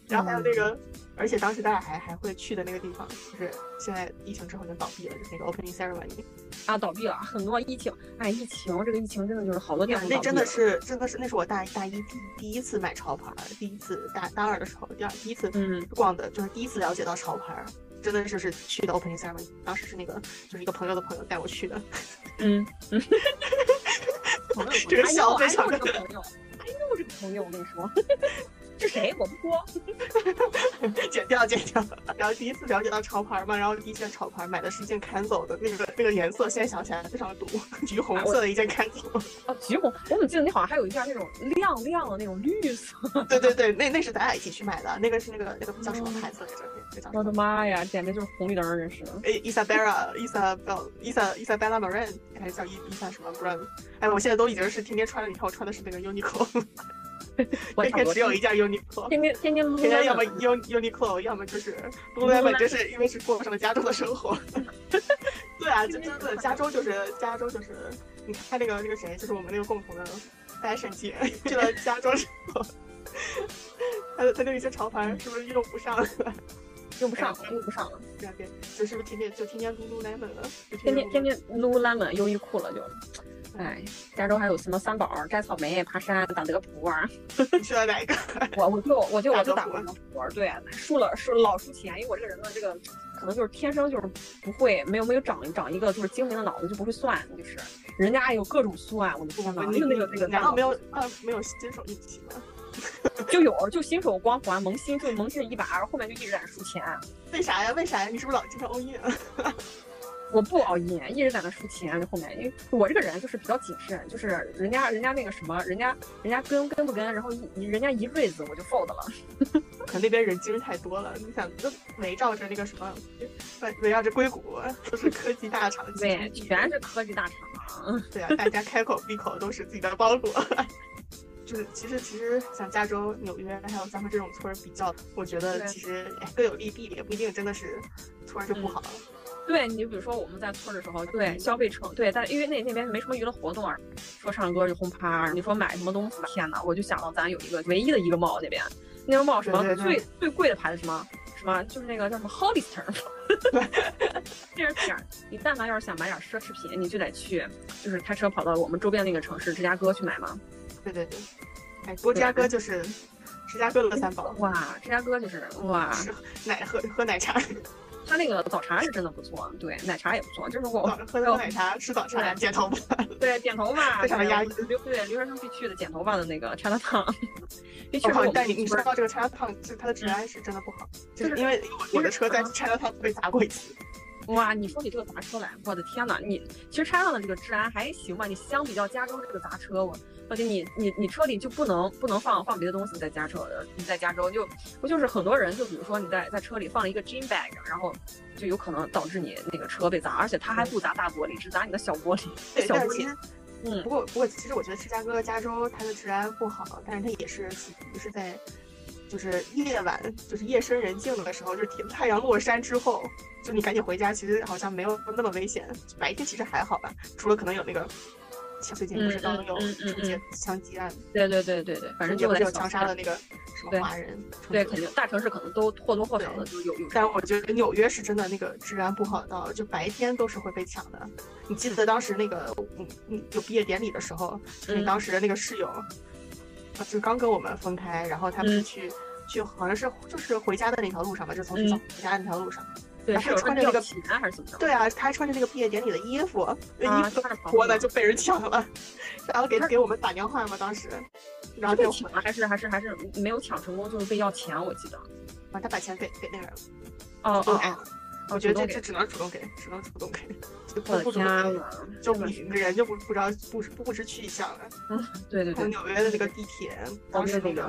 然后还有那
嗯
个。而且当时咱俩还还会去的那个地方，就是现在疫情之后已经倒闭了，就是那个 opening ceremony。
啊，倒闭了，很多疫情，哎，疫情这个疫情真的就是好多店铺
那
倒
真
闭
的
了
是，真的是，那是我大一大一第第一次买潮牌儿，第一次大大二的时候，第二第一次
嗯
逛的，就是第一次了解到潮牌儿，真的就是去的 opening ceremony，当时是那个就是一个朋友的朋友带我去的， <laughs>
嗯嗯，
这个笑非常
的
的
朋友，哎呦我这个朋友，我跟你说，是谁我不说，
剪掉剪掉。然后第一次了解到潮牌儿嘛，然后第一件潮牌儿买的是一件 Canzo 的那个那个颜色，现在想起来非常毒，橘红色的一件 Canzo。
<laughs> 啊，橘红，我怎么记得你好像还有一件那种亮亮的那种绿色？
对对对，那那是咱俩一起去买的，那个是那个那个叫什么牌子来着？那个叫
我
什么？
的妈呀，简直就是红绿灯儿，真是的。
哎，Isabella Isabel Isa Isabella Moran 还是叫伊伊莎什么 Brown？哎，我现在都已经是天天穿了，你看我穿的是那个 Uniqlo， <laughs>
我
天天只有一件 Uniqlo。
天天天天
<laughs>
撸
天天要
<laughs> 啊
么 U Uniqlo，要么就是
<laughs>
Lululemon，真是因为是过上了加州的生活。 <laughs> 对啊，这真的加州就是加州就是，你看那个那个谁，就是我们那个共同的 fashion 姐去
<laughs>
了加州之后，他的他那些潮牌是不是用不上了？
用不上，用不上了，
对啊对，就是不是天天就天天 Lululemon 了？就
天天天
Lululemon
天撸 lemon 优衣库了就。哎，加州还有什么三宝儿、摘草莓、爬山、打德扑啊？
你去了哪一个？
我我就我就我就
打
打
德扑
过德扑，对，啊输了输老输钱，因为我这个人呢，这个可能就是天生就是不会，没有没有长长一个就是精明的脑子，就不会算，就是人家有各种算，我的天呐，
你
那个那个那个，
难道没有啊没有新手一起吗？
就有就新手光环萌新就萌新一把，然后后面就一直在那输钱，
为啥呀？为啥呀？你是不是老经常 all in 啊？
我不熬夜，一直在那输钱。就后面，因为我这个人就是比较谨慎，就是人家人家那个什么，人家人家跟跟不跟，然后一人家一 raise 我就 fold 了。
可能那边人精太多了，你想，那围绕着那个什么，围围绕着硅谷都是科技大厂，
对，
集中地
全是科技大厂。
<laughs> 对啊，大家开口闭口都是自己的包裹。 <laughs> 就是其实其实像加州、纽约还有咱们这种村儿比较，我觉得
对
其实哎各有利弊，也不一定真的是村儿就不好。
对，你就比如说我们在村儿的时候，
嗯
对消费城，对，但因为那那边没什么娱乐活动啊，说唱歌就轰趴，你说买什么东西吧，天呐，我就想到咱有一个唯一的一个 mall 那边，那个 mall 什么
对对对
最最贵的牌子什么什么，就是那个叫什么 Hollister，这是点儿，你但凡要是想买点奢侈品，你就得去，就是开车跑到我们周边那个城市芝加哥去买嘛。
对对对，哎，不过芝加哥就是芝加哥的三宝，
哇，芝加哥就是哇，
吃奶喝喝奶茶，
它那个早茶是真的不错，对，奶茶也不错，就是我
早喝喝奶茶，吃早茶，
对
剪头发。
对，剪头发，
非常的压抑
对留对留学生必去的剪头发的那个 China Town，必须
我
是
靠！
我
但哦
们
你你
一嗯
说
村儿
到这个 China Town，就是它的治安是真的不好，就是因为我我的车在 China Town 被砸过一次。
哇！你说起这个砸车来，我的天呐，你其实 China 的这个治安还行吧？你相比较加州这个砸车，我而且你你你车里就不能不能放放别的东西在加州，你在加州就不就是很多人就比如说你在在车里放了一个 gym bag，然后就有可能导致你那个车被砸，而且它还不砸大玻璃，只砸你的小玻璃，
嗯对，
小
但
玻
是其
璃。
实
嗯
不过不过，其实我觉得芝加哥、加州它的治安不好，但是它也是属于是在就是夜晚，就是夜深人静的时候，就是天太阳落山之后，就你赶紧回家，其实好像没有那么危险。白天其实还好吧，除了可能有那个。像最近不是
嗯
刚
嗯
有
嗯嗯
出现枪击案，
对对对对对，反正
也
就
不
在
是有
小
枪杀
镇
的那个什
对
么华人，
对，肯定大城市可能都或多或少的就有有。
但我觉得纽约是真的那个治安不好到，就白天都是会被抢的。你记得当时那个，嗯，嗯有毕业典礼的时候，就是
嗯
你当时的那个室友，就是刚跟我们分开，然后他们
嗯
是去、去好像是就是回家的那条路上吧，就从
嗯
学校回家的那条路上。
对，
然后
是有
穿
人
着那个
要钱还是怎么着？
对啊，他还穿着那个毕业典礼的衣服，那衣
啊
服都
穿着袍
脱的
子
就被人抢了，然后给
他
给我们打电话嘛，当时，然后
然后
就
被抢，还是还是还是没有抢成功，就是被要钱，我记得。
把他把钱给给那个人了，
哦
就
哦
哎呀，，
哦
我觉得
主
这
动给
这只能主动给，只能主动给，就不
我的
不主
天啊
动给。
呐！
就你个人就不不知道不知不知去向了。
对对哦
还有
对，
纽约的那个地铁，当时那个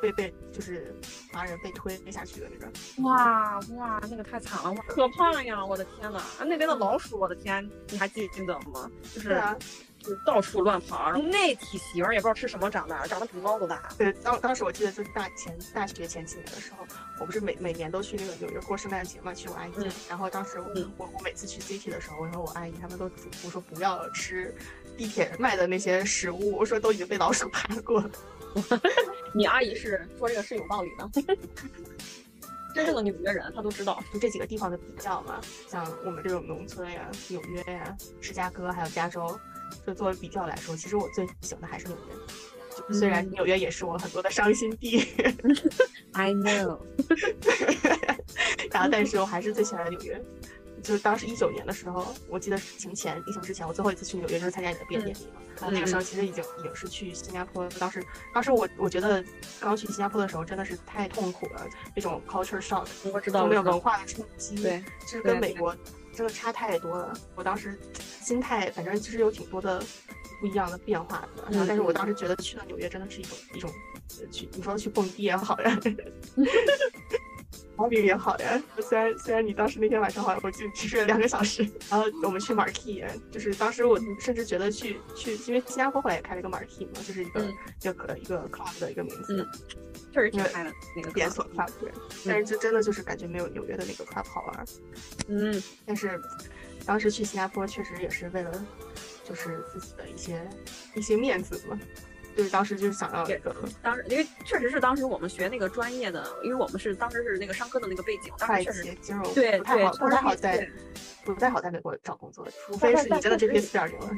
被被就是华人被推下去的那个。
哇哇，那个太惨了，哇，可怕呀！我的天呐，啊那边的老鼠，我的天，你还记得吗？就是、
对啊，
就是到处乱跑，然后那体型儿也不知道吃什么长大，长得比猫都大。
对，当当时我记得就是大前大学前几年的时候，我不是每每年都去那个纽约过圣诞节嘛，去我阿姨家。
嗯
然后当时我、
嗯
我我每次去 City 的时候，我说我阿姨他们都嘱咐说不要吃地铁卖的那些食物，我说都已经被老鼠 <laughs> 爬过了。
你阿姨是说这个是有道
<laughs>
理的，真正的纽约人她都知道。
就这几个地方的比较嘛，像我们这种农村呀、纽约呀、芝加哥还有加州，就作为比较来说，其实我最喜欢的还是纽约。就虽然
嗯
纽约也是我很多的伤心地， <laughs>
I know，
然后但是我还是最喜欢纽约。就是当时一九年的时候，我记得疫情前，疫情之前，我最后一次去纽约就是参加你
嗯
的毕业典礼嘛。然后那个时候其实已经已经是去新加坡，当时当时我我觉得刚去新加坡的时候真的是太痛苦了，那种 culture shock，
我知道，
就
我
没有
知道
文化的冲击。
对，
就是跟
对啊
美国真的差太多了。我当时心态反正就是有挺多的不一样的变化的。然后，
嗯
但是我当时觉得去了纽约真的是一种一种呃去你说去蹦迪也好
<laughs>
呀，毛病也好呀。虽然虽然你当时那天晚上好像回去只睡了两个小时，然后我们去 Marquee，就是当时我甚至觉得去去，因为新加坡后来也开了一个 Marquee 嘛，就是一个、
嗯
一个一个 club 的一个名字。
嗯确实挺嗨的那个
连锁 club，对，但是就真的就是感觉没有纽约的那个 club 好玩。
嗯，
但是当时去新加坡确实也是为了，就是自己的一些一些面子嘛，就是当时就是想要一个
当时因为确实是当时我们学那个专业的，因为我们是当时是那个商科的那个背景，当
快
时确实
捷金融，
对
不太
对
好，不太好
对
在不太好在美国找工作，除非是你真的 GPA 四点零了，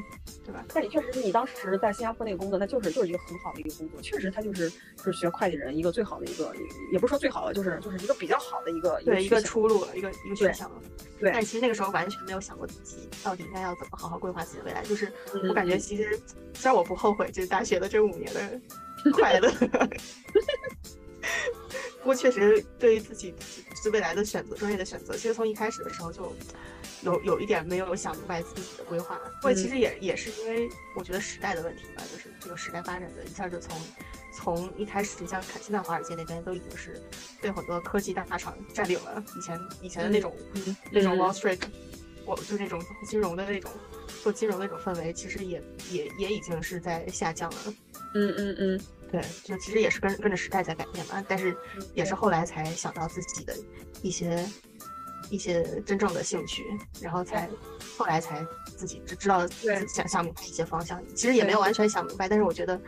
对吧？
但也确实是你当时在新加坡那个工作，那就是就是一个很好的一个工作，确实他就是就是学会计人一个最好的一个，也也不是说最好的，就是就是一个比较好的一个
对，一个
趋势
出路，一个一个选
对
项。
对
但其实那个时候完全没有想过自己到底应该要怎么好好规划自己的未来。就是
嗯
我感觉，其实虽然我不后悔，就是大学的这五年
<laughs>
的快乐， <laughs> 不过确实对于自己就是未来的选择、专业的选择，其实从一开始的时候就有有一点没有想明白自己的规划。不过其实也也是因为我觉得时代的问题吧，就是这个时代发展的一下就从。从一开始，像看现在华尔街那边都已经是被很多科技大大厂占领了，以前以前的那种
嗯
那种
嗯
Wall Street，我就是那种金融的那种做金融的那种氛围，其实也也也已经是在下降了。
嗯嗯嗯，
对，就其实也是跟跟着时代在改变吧，但是也是后来才想到自己的一些一些真正的兴趣，然后才后来才自己知知道
对
自己想想明白一些方向，其实也没
对
有完全想明白，但是我觉得，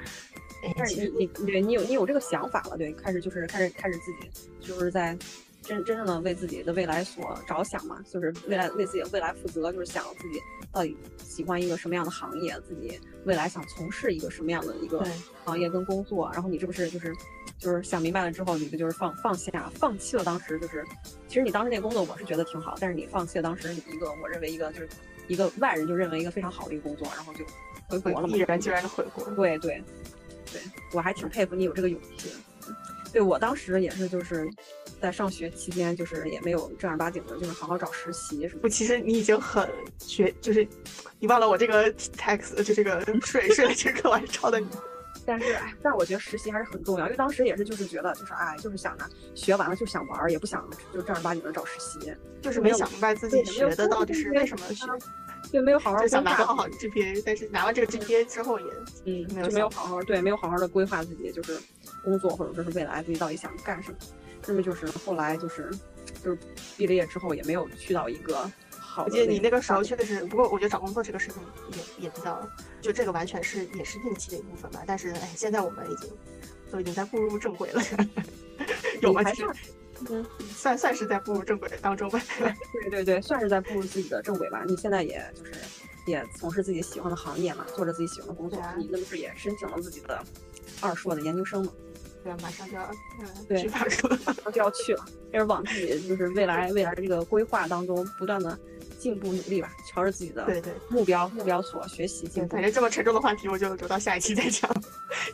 哎，
但
其
是
实
你你对你有你有这个想法了，对，开始就是开始开始自己就是在真真正的为自己的未来所着想嘛，就是未来为自己的未来负责，就是想自己到底喜欢一个什么样的行业，自己未来想从事一个什么样的一个
对
行业跟工作，然后你是不是就是就是想明白了之后，你就就是放放下放弃了当时就是，其实你当时那个工作我是觉得挺好，但是你放弃了当时你一个我认为一个就是一个外人就认为一个非常好的一个工作，然后就回国了嘛，
毅然决然的回国，
对对对，我还挺佩服你有这个勇气的。嗯对我当时也是，就是在上学期间，就是也没有正儿八经的，就是好好找实习什么
不，其实你已经很学，就是你忘了我这个 tax 就这 <laughs> 个税税的这个，我还抄的你。
的。但是，哎，但我觉得实习还是很重要，因为当时也是就是觉得就是哎，就是想着学完了就想玩儿，也不想就正儿八经的找实习，
就是没想明白自己学的到底是为什么学，
就没有好好
就想拿到
规划
好的 GPA，但是拿完这个 GPA 之后也
嗯，
没有
就没有
想
好好对，没有好好的规划自己，就是工作或者说是未来自己到底想干什么。那么就是后来就是就是毕了业之后也没有去到一个好
我
的。
记得你那个时候确实，不过我觉得找工作这个事情也也比较，就这个完全是也是运气的一部分吧。但是哎，现在我们已经都已经在步入正轨了， <laughs> 有吗？
还
其实
嗯，
算算是在步入正轨当中吧。
对对对，算是在步入自己的正轨吧。你现在也就是也从事自己喜欢的行业嘛，做着自己喜欢的工作
对啊，
你那不是也申请了自己的二硕的研究生嘛，
<laughs> 对，马上就要嗯
对
去法国了。
然后就要去了，也是往自己就是未来未来这个规划当中不断的进步努力吧，朝着自己的
<laughs> 对对
目标目标所学习进
对，
步
反。正这么沉重的话题，我就留到下一期再讲。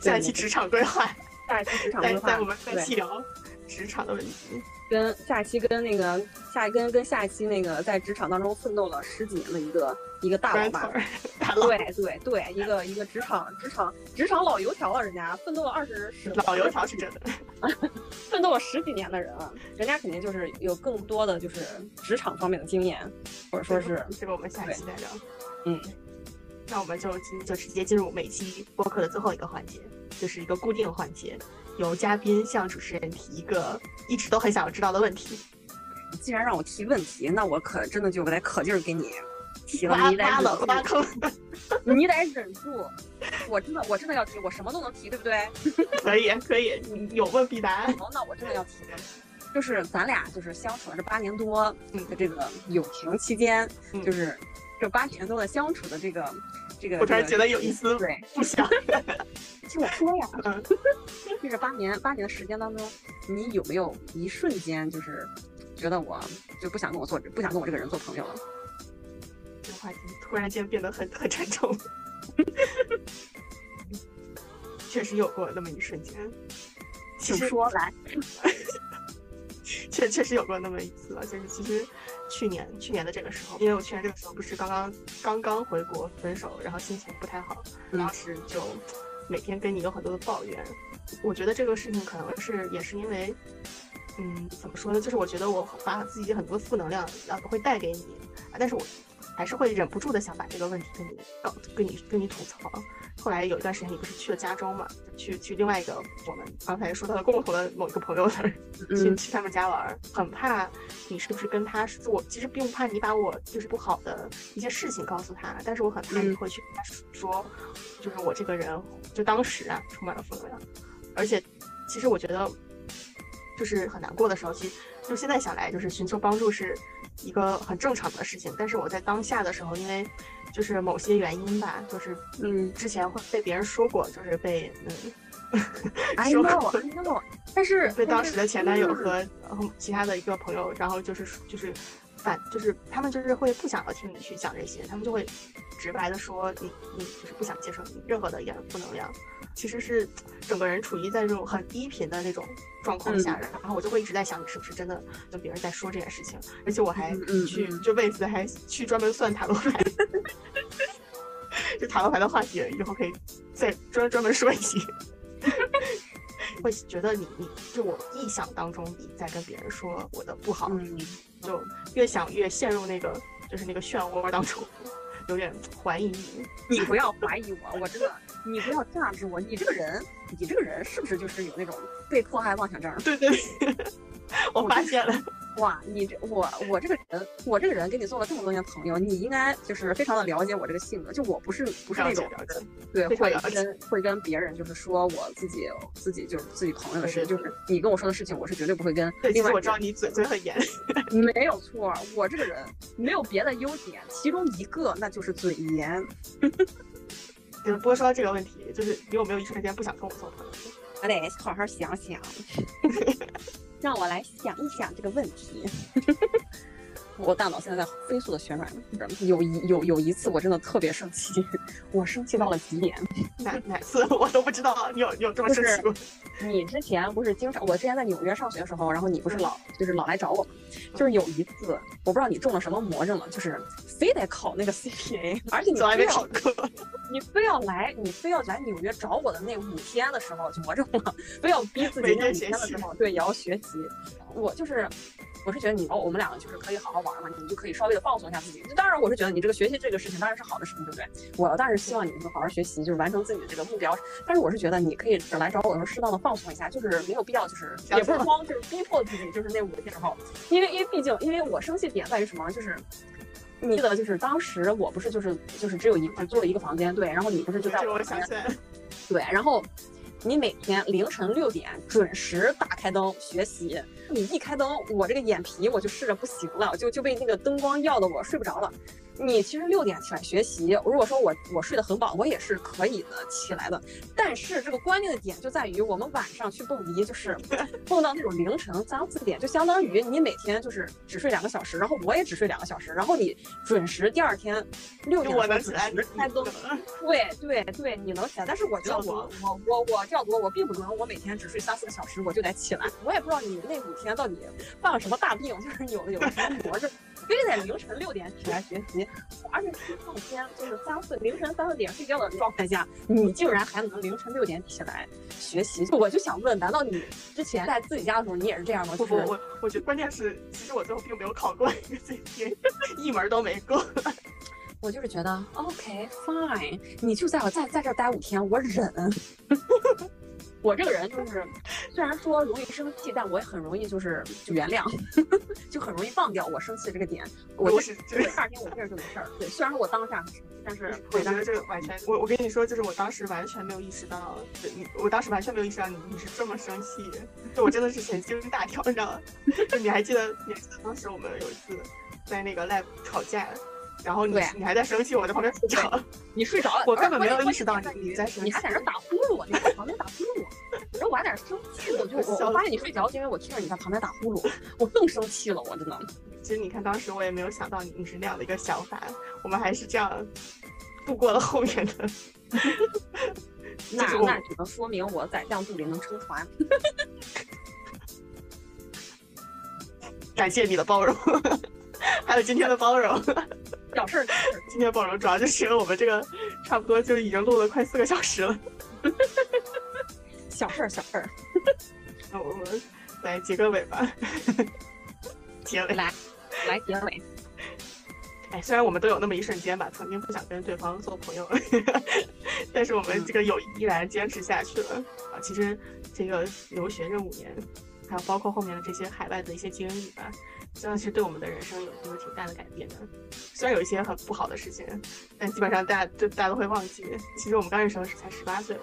对
下一期职场规划，
下一期职场
再
规划，
再我们再
对
细聊。职场的问题。
跟下一期跟那个下一跟跟下一期那个在职场当中奋斗了十几年的一个一个大
不
老
然
板
从，而 <laughs> 大
<laughs>
佬
对对对，一个一个职场职场职场老油条啊了，人家奋斗了二十十
<laughs> 老油条是真的，
奋斗了十几年的人啊，人家肯定就是有更多的就是职场方面的经验，或者说是
这个我们下一期再聊。
嗯，
那我们就今就直接进入每期播客的最后一个环节，就是一个固定环节，由嘉宾向主持人提一个一直都很想知道的问题，
既然让我提问题，那我可真的就得可劲儿给你提了，
挖
你得
挖了挖
忍
坑， <laughs>
住，你得忍住。我真的我真的要提，我什么都能提，对不对？
可以可以，你有问必答。
然后哦那我真的要提问题，就是咱俩就是相处了这八年多
嗯
的这个友情期间，
嗯
就是这八年多的相处的这个这个，
我突然
这
觉
个
得有一丝
对，
不想，
听我说呀，
嗯
<laughs> 这个八年八年的时间当中，你有没有一瞬间就是觉得我就不想跟我做不想跟我这个人做朋友了？
这个话题突然间变得很很沉重。 <laughs> 确实有过那么一瞬间，其
请
实
说来，
确确实有过那么一次吧，就是其实去年去年的这个时候，因为我去年这个时候不是刚刚刚刚回国分手，然后心情不太好，
嗯
当时就每天跟你有很多的抱怨。我觉得这个事情可能是也是因为，嗯，怎么说呢？就是我觉得我把自己很多负能量然后会带给你，啊但是我还是会忍不住的想把这个问题跟你告跟你跟你吐槽。后来有一段时间你不是去了加州嘛，去去另外一个我们刚才说到的共同的某一个朋友那儿去
嗯
去他们家玩儿，很怕你是不是跟他说，我其实并不怕你把我就是不好的一些事情告诉他，但是我很怕你
嗯
会去跟他说，就是我这个人就当时啊充满了负能量，而且其实我觉得就是很难过的时候，其实就现在想来，就是寻求帮助是一个很正常的事情，但是我在当下的时候，因为就是某些原因吧，就是
嗯
之前会被别人说过，就是被嗯。<laughs>
，I
说
know I know，但是
被当
但是
时的前男友
<laughs>
和然后其他的一个朋友，然后就是就是反就是他们就是会不想要听你去讲这些，他们就会直白的说你你就是不想接受你任何的一点负能量，其实是整个人处于在这种很低频的那种状况下，
嗯
然后我就会一直在想你是不是真的跟别人在说这件事情，而且我还
嗯嗯
去、
嗯
就为此还去专门算塔罗牌。 <laughs> 就塔罗牌的话题，以后可以再专专门说一期。 <laughs> 会觉得你你就我臆想当中你在跟别人说我的不好，
嗯
就越想越陷入那个就是那个漩涡当中， <laughs> 有点怀疑你。
你不要怀疑我，我真的，你不要榨制我，你这个人，你这个人是不是就是有那种被迫害妄想症？
对对对，我发现了，
哇，你这我我这个人，我这个人跟你做了这么多年朋友，你应该就是非常的了解我这个性格，就我不是不是那
了解
种
了解，
对
非常
会
了解
跟会跟别人就是说我自己自己就是自己朋友的
对对
事，就是你跟我说的事情，我是绝对不会跟
对，其
另
实
外
我
一
知
个
道你嘴嘴很严，
人没有错，我这个人没有别的优点，其中一个那就是嘴严。
就是不过说到这个问题，就是你有没有一瞬间不想跟我做朋友？
我得好好想 <laughs> 想，让我来想一想这个问题。 <laughs> 我大脑现在在飞速的旋转，有一有有一次我真的特别生气， <laughs> 我生气到了极点。
<laughs> 哪哪次我都不知道你有你有这么生气过？
你之前不是经常，我之前在纽约上学的时候，然后你不是老就是老来找我嘛，就是有一次我不知道你中了什么魔怔了，就是非得考那个 CPA，而且你
从来
非
没
要
考过，
你非要来，你非要来纽约找我的那五天的时候，就魔怔了，非要逼自己
每
那五
天学
天的时候，对，也要学习。我就是，我是觉得你哦，我们两个就是可以好好玩嘛，你就可以稍微的放松一下自己。当然，我是觉得你这个学习这个事情当然是好的事情，对不对？我当然是希望你能够好好学习，就是完成自己的这个目标。但是我是觉得你可以来找我的时候适当的放松一下，就是没有必要，就是
想
也不是
怎么
光就是逼迫自己，就是那五天之后，因为因为毕竟因为我生气点在于什么，就是。你记得就是当时我不是就是就是只有一只租了一个房间对，然后你不是就
这
在
个
我
我
房
想
间
起来了，
对，然后你每天凌晨六点准时打开灯学习，你一开灯，我这个眼皮我就试着不行了，就就被那个灯光耀的我睡不着了。你其实六点起来学习，如果说我我睡得很饱，我也是可以的起来的。但是这个关键的点就在于我们晚上去蹦迪，就是
<laughs>
蹦到那种凌晨三四点，就相当于你每天就是只睡两个小时，然后我也只睡两个小时，然后你准时第二天六点
我能起
准
来，你嗯
时开灯
不，能
对对对，你能起来，但是我觉得我我我我这样多，我并不能，我每天只睡三四个小时我就得起来。我也不知道你那五天到底犯了什么大病，就是有的有的什么 <laughs> 魔症，非得在凌晨六点起来学习，而且是放天就是三四凌晨三四点睡觉的状态下，你竟然还能凌晨六点起来学习，我就想问，难道你之前在自己家的时候你也是这样吗？
不
啊就
不，
是
我我觉得关键是，其实我最后并没有考过一个 CP，一 <laughs> 门儿都没过。
我就是觉得 OK fine，你就在我在在这儿待五天，我忍。 <laughs> 我这个人就是，虽然说容易生气，但我也很容易就是就原谅， <laughs> 就很容易忘掉我生气的这个点。我
我
就是 <laughs> 对，第二天我这儿就没事儿。对，虽然说我当下很生气，但是
我觉
对，但
得
是
这个完全，我我跟你说，就是我当时完全没有意识到，就你我当时完全没有意识到你你是这么生气，就我真的是神经大条，你知道吗？ <laughs> 就你还记得，你还记得当时我们有一次在那个 lab 吵架，然后你
对
你还在生气，我在旁边睡着，
你睡着了，
我根本没有
而且
意识到
关键
你
点
在
于
生
你还在
气
那儿打呼噜，你在旁边打呼噜。 <laughs> 我说我还在那儿生气呢，我就
<laughs>
我
笑
我
死
发现你睡着，是因为我听着你在旁边打呼噜，我更生气了，我真的。
<laughs> 其实你看当时我也没有想到你你是那样的一个想法，我们还是这样度过了后面的。
那
就是我
那只能说明我在酱肚里能撑船。
感谢你的包容， <laughs> 还有今天的包容。
小事儿，小事儿
今天包容主要就是因为我们这个差不多就已经录了快四个小时了。
小事儿，小事儿。
那我们来结个尾吧， <laughs> 结尾。
来来结尾，
哎，虽然我们都有那么一瞬间吧，曾经不想跟对方做朋友， <laughs> 但是我们
嗯
这个友谊依然坚持下去了啊。其实这个留学这五年，还有包括后面的这些海外的一些经历吧，真的是对我们的人生有一个挺大的改变的。虽然有一些很不好的事情，但基本上大家就大家都会忘记。其实我们刚认识的时候才十八岁了。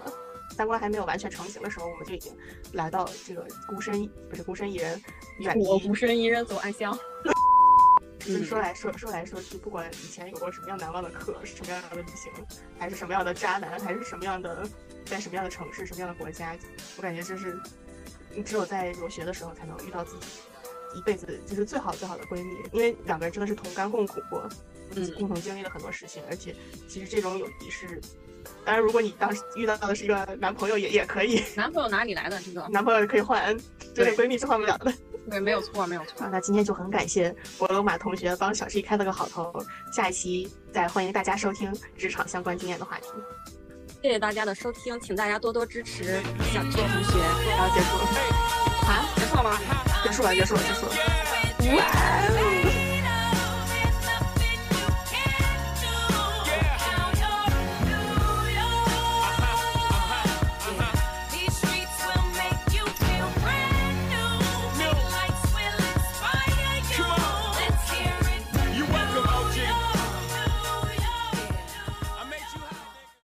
三观还没有完全成型的时候，我们就已经来到这个孤身不是孤身一人，远离
我孤身一人走暗巷。
就是说来说说来说去，不管以前有过什么样难忘的课，什么样的旅行，还是什么样的渣男，还是什么样的在什么样的城市、什么样的国家，我感觉就是你只有在留学的时候才能遇到自己一辈子就是最好最好的闺蜜，因为两个人真的是同甘共苦过，
嗯
共同经历了很多事情，而且其实这种友谊是。当然，如果你当时遇到的是一个男朋友也，也可以， <laughs>
男朋友哪里来的？这个
男朋友可以换，这对
对
闺蜜是换不了的。
对，没有错，没有错
啊，。那今天就很感谢博罗马同学帮小 G 开了个好头，下一期再欢迎大家收听职场相关经验的话题。
谢谢大家的收听，请大家多多支持小 T 同学。
然后结束，
啊，结束了吗？
结束了，结束了，结束了。
嗯